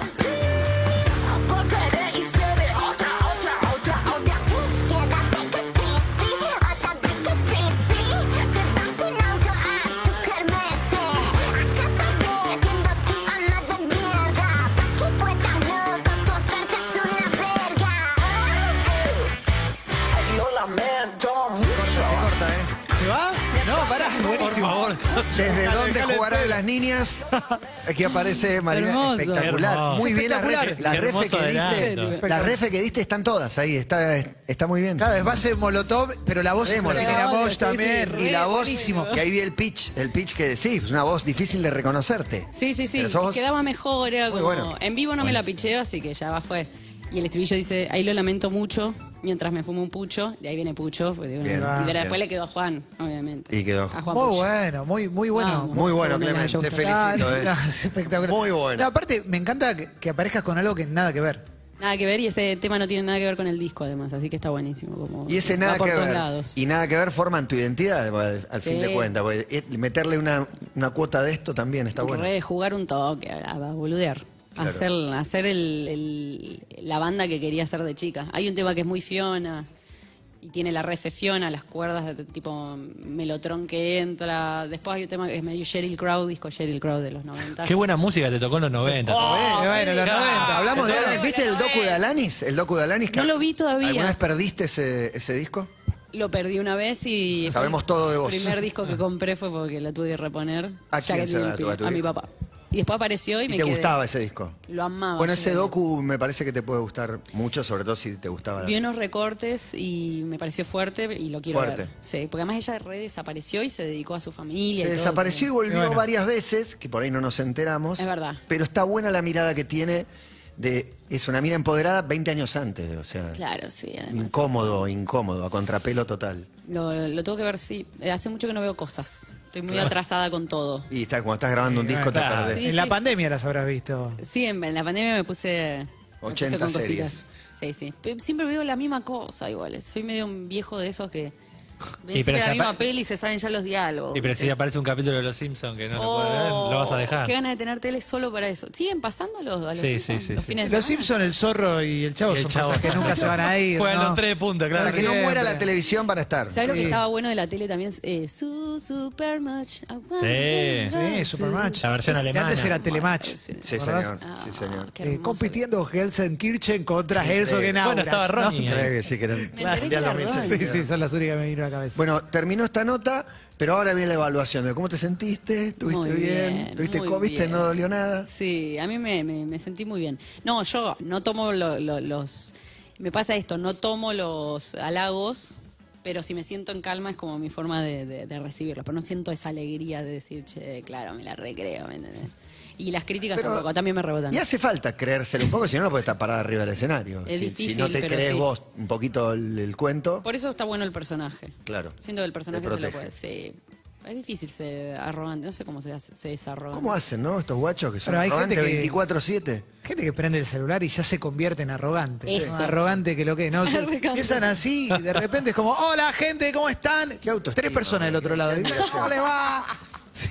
Speaker 7: Volveré y seré otra, otra, otra, otra.
Speaker 8: Quédate que sí, sí, otra vez que sí, sí Te vas en auto a tu kermesse Acápate siendo tu alma de mierda Pa' que puedas loco, tu oferta es una verga
Speaker 7: Ay, lo lamento
Speaker 3: Se
Speaker 7: mucho.
Speaker 3: corta, ¿eh?
Speaker 6: ¿Se va? No, pará, es
Speaker 5: Por
Speaker 6: buenísimo.
Speaker 5: favor.
Speaker 3: ¿Desde dónde jugarán las niñas? Aquí aparece Marina,
Speaker 4: Hermoso.
Speaker 3: espectacular.
Speaker 5: Hermoso.
Speaker 3: Muy bien las refes,
Speaker 5: Espectacular.
Speaker 3: las
Speaker 5: Qué
Speaker 3: refes que
Speaker 5: hermoso
Speaker 3: diste,
Speaker 5: adelanto.
Speaker 3: las refes que diste están todas ahí, está, está muy bien.
Speaker 6: Claro, es base Molotov, pero la voz
Speaker 3: Sí,
Speaker 6: es
Speaker 3: Molotov.
Speaker 6: Molotov. La
Speaker 4: Claro,
Speaker 6: voz
Speaker 4: sí,
Speaker 6: también.
Speaker 4: sí,
Speaker 3: Y
Speaker 4: re
Speaker 3: la voz,
Speaker 4: buenísimo.
Speaker 3: que ahí vi el pitch, el pitch que decís, es una voz difícil de reconocerte.
Speaker 4: Sí, sí, sí.
Speaker 3: Pero sos-
Speaker 4: Quedaba mejor, era
Speaker 3: Muy
Speaker 4: como.
Speaker 3: bueno.
Speaker 4: En vivo no me la picheo, así que ya va fue. Y el estribillo dice, ahí lo lamento mucho, mientras me fumo un pucho, de ahí viene pucho, pues, de una-
Speaker 3: Bien,
Speaker 4: y
Speaker 3: bien.
Speaker 4: después le quedó a Juan, obviamente.
Speaker 3: Y quedó.
Speaker 4: A Juan
Speaker 6: Muy
Speaker 4: Pucho.
Speaker 6: bueno, muy, muy
Speaker 4: Vamos.
Speaker 6: bueno.
Speaker 3: Muy bueno,
Speaker 4: Homenaje a
Speaker 3: Clemente, te
Speaker 4: usted.
Speaker 3: felicito,
Speaker 6: Ah,
Speaker 3: ¿eh?
Speaker 6: no, es espectacular.
Speaker 3: Muy bueno.
Speaker 6: No, aparte, me encanta que, que aparezcas con algo que nada que ver.
Speaker 4: Nada que ver, y ese tema no tiene nada que ver con el disco, además, así que está buenísimo. Como,
Speaker 3: Y ese
Speaker 4: va
Speaker 3: nada
Speaker 4: por
Speaker 3: que
Speaker 4: todos
Speaker 3: ver.
Speaker 4: lados.
Speaker 3: Y nada que ver forman tu identidad, al, al fin
Speaker 4: Sí.
Speaker 3: de cuentas. porque, eh, Meterle una, una cuota de esto también está bueno.
Speaker 4: Re, jugar un toque, a, a boludear.
Speaker 3: Claro.
Speaker 4: Hacer, hacer el- el- la banda que quería hacer de chica. Hay un tema que es muy Fiona y tiene la refe Fiona, las cuerdas de tipo melotron que entra. Después hay un tema que es medio Sheryl Crow, disco Sheryl Crow de los 90.
Speaker 5: Qué buena música te tocó en los 90.
Speaker 6: Eh, bueno, los
Speaker 5: Ah,
Speaker 6: 90.
Speaker 3: Hablamos de
Speaker 5: Entonces-
Speaker 3: Alanis. ¿Viste el docu de Alanis? El docu de Alanis. que-
Speaker 4: No lo vi todavía.
Speaker 3: ¿Alguna vez perdiste ese, ese disco?
Speaker 4: Lo perdí una vez y.
Speaker 3: Sabemos todo de vos.
Speaker 4: El primer disco que compré fue porque lo tuve que reponer.
Speaker 3: ¿A
Speaker 4: Ya
Speaker 3: quién
Speaker 4: que
Speaker 3: se
Speaker 4: tenía
Speaker 3: la
Speaker 4: un
Speaker 3: tuvo?
Speaker 4: pibe,
Speaker 3: ¿A tu
Speaker 4: mi
Speaker 3: viejo?
Speaker 4: papá. Y después apareció y,
Speaker 3: ¿Y
Speaker 4: me
Speaker 3: te
Speaker 4: quedé.
Speaker 3: gustaba ese disco?
Speaker 4: Lo amaba.
Speaker 3: Bueno,
Speaker 4: yo
Speaker 3: ese
Speaker 4: lo amaba.
Speaker 3: docu me parece que te puede gustar mucho, sobre todo si te gustaba.
Speaker 4: Vi
Speaker 3: Alanis.
Speaker 4: unos recortes y me pareció fuerte y lo quiero
Speaker 3: Fuerte.
Speaker 4: ver. Sí, porque además ella re desapareció y se dedicó a su familia.
Speaker 3: Se
Speaker 4: y todo.
Speaker 3: desapareció y volvió
Speaker 6: Bueno.
Speaker 3: varias veces, que por ahí no nos enteramos.
Speaker 4: Es verdad.
Speaker 3: Pero está buena la mirada que tiene de. Es una mina empoderada 20 años antes, o sea.
Speaker 4: Claro, sí, además.
Speaker 3: Incómodo, incómodo, a contrapelo total.
Speaker 4: Lo, lo tengo que ver, sí. Eh, Hace mucho que no veo cosas. Estoy muy atrasada con todo.
Speaker 3: Y está, cuando estás grabando un disco te
Speaker 5: claro.
Speaker 3: perdés.
Speaker 4: Sí,
Speaker 6: en la
Speaker 4: sí.
Speaker 6: pandemia las habrás visto.
Speaker 4: Sí, en, en la pandemia me puse. me
Speaker 3: 80
Speaker 4: puse con
Speaker 3: series.
Speaker 4: cositas. Sí, sí. Pero siempre veo la misma cosa igual. Soy medio un viejo de esos que Ven
Speaker 5: Y pero
Speaker 4: siempre
Speaker 5: si
Speaker 4: la misma
Speaker 5: apa-
Speaker 4: peli, se saben ya los diálogos.
Speaker 5: Y pero si aparece un capítulo de Los Simpsons que no lo puede ver,
Speaker 4: Oh,
Speaker 5: lo vas a dejar.
Speaker 4: Qué ganas de tener tele solo para eso. ¿Siguen pasando los, a los
Speaker 5: Sí,
Speaker 4: Simpsons?
Speaker 5: sí, sí,
Speaker 4: los
Speaker 5: sí.
Speaker 4: fines de
Speaker 6: Los
Speaker 4: semana?
Speaker 6: Simpson, el zorro y el chavo
Speaker 5: Y el
Speaker 6: son
Speaker 5: Chavo.
Speaker 6: cosas que nunca se van a ir.
Speaker 5: Juegan
Speaker 6: ¿no?
Speaker 5: los tres de punta, claro.
Speaker 3: Para que no
Speaker 6: Siempre.
Speaker 3: muera la televisión van a estar.
Speaker 4: ¿Sabes lo que
Speaker 6: Sí.
Speaker 4: estaba bueno de la tele también? Eh, su super much.
Speaker 5: Sí.
Speaker 6: Sí, Supermatch.
Speaker 5: La versión
Speaker 6: Que
Speaker 5: alemana.
Speaker 6: Antes era Telematch.
Speaker 4: Ah, Sí.
Speaker 3: Sí,
Speaker 6: ¿Acordás?
Speaker 3: señor. Ah, Sí, señor.
Speaker 4: Ah, qué
Speaker 6: Eh,
Speaker 4: hermoso.
Speaker 6: compitiendo Gelsenkirchen contra Herzogenaurach.
Speaker 5: Bueno, estaba
Speaker 6: ¿no?
Speaker 5: Ronnie. ahí.
Speaker 3: Tres, sí, que eran-
Speaker 4: Me enteré que
Speaker 3: Mundial
Speaker 4: era
Speaker 3: 2006.
Speaker 6: Sí, sí, son las únicas que me vinieron a la cabeza.
Speaker 3: Bueno, terminó esta nota, pero ahora viene la evaluación de cómo te sentiste, estuviste
Speaker 4: Muy
Speaker 3: bien,
Speaker 4: bien,
Speaker 3: tuviste
Speaker 4: muy
Speaker 3: COVID, ¿Viste?
Speaker 4: bien.
Speaker 3: no dolió nada.
Speaker 4: Sí, a mí me, me- me sentí muy bien. No, yo no tomo lo- lo- los... Me pasa esto, no tomo los halagos, pero si me siento en calma es como mi forma de, de- de recibirlos. Pero no siento esa alegría de decir, che, claro, me la recreo, ¿me entendés? Y las críticas
Speaker 3: Pero-
Speaker 4: tampoco, también me rebotan.
Speaker 3: Y hace falta creérselo un poco, si no, no puedes estar parada arriba del escenario.
Speaker 4: Es
Speaker 3: si, si
Speaker 4: difícil,
Speaker 3: no te
Speaker 4: pero
Speaker 3: crees
Speaker 4: sí.
Speaker 3: vos un poquito el, el cuento,
Speaker 4: Por eso está bueno el personaje.
Speaker 3: claro.
Speaker 4: Siento que el personaje
Speaker 3: Te
Speaker 4: se lo
Speaker 3: protege.
Speaker 4: puede... Sí. Es difícil ser arrogante, no sé cómo se, hace- se desarrolla.
Speaker 3: ¿Cómo hacen, no? Estos guachos que son
Speaker 6: Pero hay gente
Speaker 3: arrogantes
Speaker 6: que-
Speaker 3: 24-7.
Speaker 6: Gente que prende el celular y ya se convierte en arrogante.
Speaker 4: Eso.
Speaker 6: Más Arrogante que lo que es, ¿no? O sea,
Speaker 4: Me encanta.
Speaker 6: empiezan así y de repente es como, hola gente, ¿cómo están?
Speaker 3: Qué autoestima,
Speaker 6: Tres personas del otro lado.
Speaker 3: qué
Speaker 6: Y, ¿Cómo
Speaker 3: admiración.
Speaker 6: les va? Sí,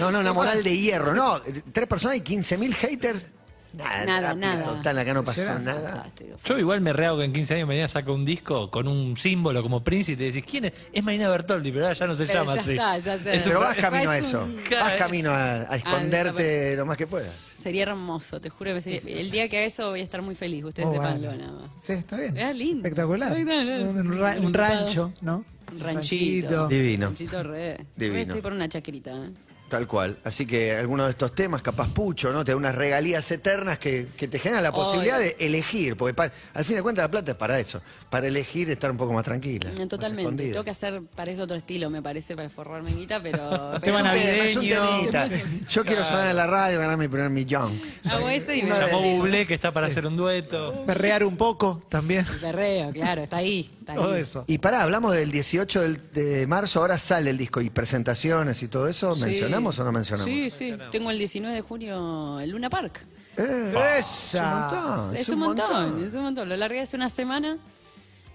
Speaker 3: No, no, una moral de hierro. No, eh, tres personas y 15.000 haters. Nada,
Speaker 4: Nada,
Speaker 3: rápido,
Speaker 4: nada.
Speaker 3: Total, acá no pasó
Speaker 6: Será.
Speaker 4: Ah,
Speaker 3: nada.
Speaker 4: este,
Speaker 5: Yo igual me rehago que en 15 años mañana saca un disco con un símbolo como Prince y te decís, ¿quién es? Es Marina Bertoldi, pero ahora ya no se
Speaker 4: Pero
Speaker 5: llama
Speaker 4: ya
Speaker 5: así.
Speaker 4: está, ya se-
Speaker 5: Es un-
Speaker 3: Pero vas
Speaker 4: es
Speaker 3: camino a
Speaker 4: un- Ah,
Speaker 3: eso.
Speaker 5: Claro,
Speaker 3: Vas
Speaker 5: eh.
Speaker 3: camino a, a esconderte lo más que puedas.
Speaker 4: Sería hermoso, te juro que sería- el día que haga eso voy a estar muy feliz. Ustedes
Speaker 6: Oh,
Speaker 4: sepanlo
Speaker 6: bueno.
Speaker 4: nada más.
Speaker 6: Sí, está bien.
Speaker 4: Era lindo.
Speaker 6: Espectacular.
Speaker 4: Espectacular.
Speaker 6: Un, ra- un rancho, ¿no?
Speaker 4: Un ranchito.
Speaker 3: Divino.
Speaker 4: Ranchito re. Re
Speaker 3: Divino.
Speaker 4: Estoy por una chacrita. ¿eh?
Speaker 3: Tal cual. Así que algunos de estos temas, capaz Pucho, ¿no? Te da unas regalías eternas que, que te generan la
Speaker 4: Obvio.
Speaker 3: posibilidad de elegir. Porque pa- al fin de cuentas la plata es para eso. Para elegir estar un poco más tranquila. más
Speaker 4: Mm, Totalmente.
Speaker 3: escondida.
Speaker 4: Tengo que hacer, parece otro estilo, me parece, para forrarme en guita, pero. pero
Speaker 6: Tema
Speaker 3: Es un tema, es un
Speaker 6: navideño.
Speaker 3: temita. Yo quiero sonar en la radio, ganar mi primer millón.
Speaker 4: Hago eso y me
Speaker 5: Llamó
Speaker 4: me-
Speaker 5: Bublé que está para hacer un
Speaker 4: Uh,
Speaker 5: dueto.
Speaker 6: Perrear un poco también.
Speaker 4: me Perreo, claro, está ahí. Está
Speaker 6: Todo
Speaker 4: ahí.
Speaker 6: eso.
Speaker 3: Y pará, hablamos del 18 del- de marzo, ahora sale el disco y presentaciones y todo eso.
Speaker 4: Sí.
Speaker 3: ¿Mencionamos o no mencionamos?
Speaker 4: Sí, sí. Tengo el 19 de junio el Luna Park.
Speaker 3: Eh,
Speaker 6: Esa.
Speaker 3: Es un montón.
Speaker 4: Es, un montón, es un montón. Lo largué hace una semana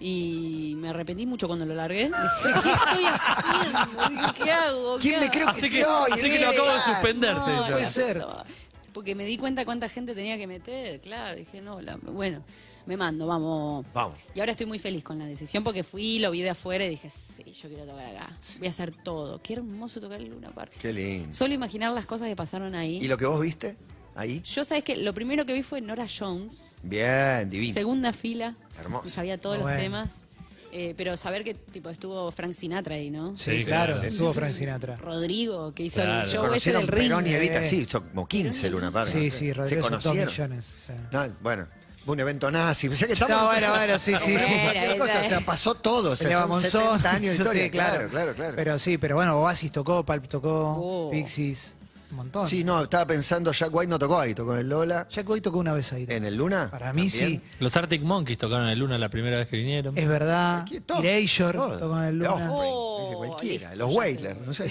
Speaker 4: y me arrepentí mucho cuando lo largué. Dije, ¿qué estoy haciendo? Dije, ¿Qué hago?
Speaker 3: ¿Quién
Speaker 4: ¿Qué
Speaker 3: me
Speaker 4: hago?
Speaker 3: creo que
Speaker 5: Así que,
Speaker 3: soy?
Speaker 5: así que lo acabo de suspenderte.
Speaker 4: ah, No,
Speaker 5: ya.
Speaker 4: la
Speaker 6: ser.
Speaker 4: puta. Porque me di cuenta cuánta gente tenía que meter, claro, dije, no, la- bueno, me mando, vamos.
Speaker 3: Vamos.
Speaker 4: Y ahora estoy muy feliz con la decisión porque fui, lo vi de afuera y dije, sí, yo quiero tocar acá, voy a hacer todo. Qué hermoso tocar el Luna Park.
Speaker 3: Qué lindo.
Speaker 4: Solo imaginar las cosas que pasaron ahí.
Speaker 3: ¿Y lo que vos viste? Ahí.
Speaker 4: Yo, ¿sabes que Lo primero que vi fue Nora Jones.
Speaker 3: Bien, divino.
Speaker 4: Segunda fila.
Speaker 3: Hermoso.
Speaker 4: Me Sabía
Speaker 5: Ah,
Speaker 4: todos
Speaker 6: Bueno.
Speaker 4: los temas. Eh, pero saber que tipo estuvo Frank Sinatra ahí, ¿no?
Speaker 5: Sí,
Speaker 6: claro,
Speaker 5: claro.
Speaker 6: estuvo Frank Sinatra.
Speaker 4: Rodrigo, que hizo
Speaker 5: Claro.
Speaker 4: el show ese
Speaker 3: Conocieron
Speaker 4: del ring.
Speaker 3: Perón y Evita,
Speaker 6: Eh.
Speaker 3: sí, son como 15 Luna Park.
Speaker 6: Sí,
Speaker 3: no sé.
Speaker 6: sí,
Speaker 3: Se
Speaker 6: Rodrigo son dos
Speaker 3: conocieron.
Speaker 6: millones, o sea.
Speaker 3: No, bueno, fue un evento nazi. O sea que estamos-
Speaker 6: No, bueno, bueno, sí, sí, sí.
Speaker 4: Bueno,
Speaker 3: Cualquier cosa,
Speaker 4: esa,
Speaker 3: o sea,
Speaker 4: eh.
Speaker 3: pasó todo. O sea,
Speaker 6: Leva
Speaker 3: son
Speaker 6: Monzón,
Speaker 3: 70 años de
Speaker 6: sí,
Speaker 3: historia.
Speaker 6: sí,
Speaker 3: claro, claro, claro.
Speaker 6: Pero sí, pero bueno, Oasis tocó, Palp tocó,
Speaker 4: Oh.
Speaker 6: Pixies, un montón.
Speaker 3: sí, no, estaba pensando, Jack White no tocó ahí, tocó en el Lola.
Speaker 6: Jack White tocó una vez ahí.
Speaker 3: ¿En el Luna?
Speaker 6: Para mí
Speaker 3: ¿También?
Speaker 6: sí,
Speaker 5: Los Arctic Monkeys tocaron el Luna la primera vez que vinieron.
Speaker 6: es verdad.
Speaker 3: Aquí, todo,
Speaker 6: Erasure
Speaker 3: todo.
Speaker 6: tocó en el Luna.
Speaker 3: Offspring,
Speaker 4: Oh,
Speaker 3: dije, cualquiera.
Speaker 4: listo,
Speaker 3: Los
Speaker 4: ya
Speaker 3: Wailers, no sé.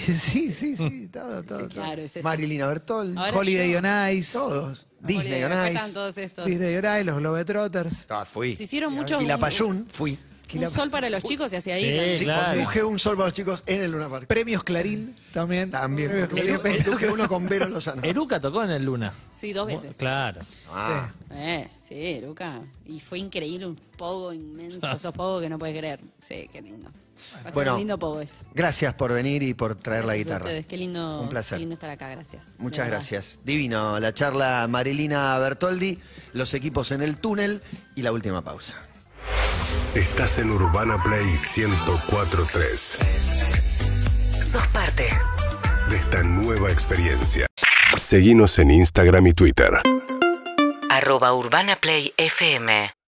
Speaker 6: Sí, sí, sí, todo, todo. todo.
Speaker 4: Claro, es eso.
Speaker 3: Marilina Bertol,
Speaker 4: Ahora
Speaker 6: Holiday
Speaker 4: yo-
Speaker 6: on Ice.
Speaker 3: todos.
Speaker 4: Porque
Speaker 3: Disney
Speaker 4: después
Speaker 3: on
Speaker 4: estaban
Speaker 3: Ice.
Speaker 4: todos estos.
Speaker 6: Disney on Ice, los Globetrotters.
Speaker 3: Ah, fui.
Speaker 4: Se hicieron muchos.
Speaker 3: Y la
Speaker 4: un-
Speaker 3: Payún, fui.
Speaker 4: Un sol para los chicos y hacia ahí.
Speaker 5: Sí,
Speaker 4: también.
Speaker 3: Sí,
Speaker 5: claro.
Speaker 3: conduje un sol para los chicos en el Luna Park.
Speaker 6: Premios Clarín también.
Speaker 3: También.
Speaker 6: Premios Clarín.
Speaker 5: Pero-
Speaker 3: Conduje uno con Vero Lozano.
Speaker 5: Eruca tocó en el Luna.
Speaker 4: Sí, dos veces.
Speaker 5: Claro.
Speaker 3: Ah.
Speaker 4: Eh, sí, Luca. Y fue increíble, un pogo inmenso. Esos pogos que no puedes creer. Sí, qué lindo. Va a ser
Speaker 3: Bueno.
Speaker 4: un lindo pogo esto.
Speaker 3: Gracias por venir y por traer la
Speaker 4: Gracias a
Speaker 3: guitarra.
Speaker 4: ustedes, Qué lindo,
Speaker 3: Un placer.
Speaker 4: Qué lindo estar acá, gracias.
Speaker 3: Muchas
Speaker 4: De verdad.
Speaker 3: gracias. Divino la charla Marilina Bertoldi, los equipos en el túnel y la última pausa.
Speaker 1: Estás en Urbana Play 1043
Speaker 9: Sos parte.
Speaker 1: de esta nueva experiencia. Seguimos en Instagram y Twitter.
Speaker 9: Arroba Urbana Play FM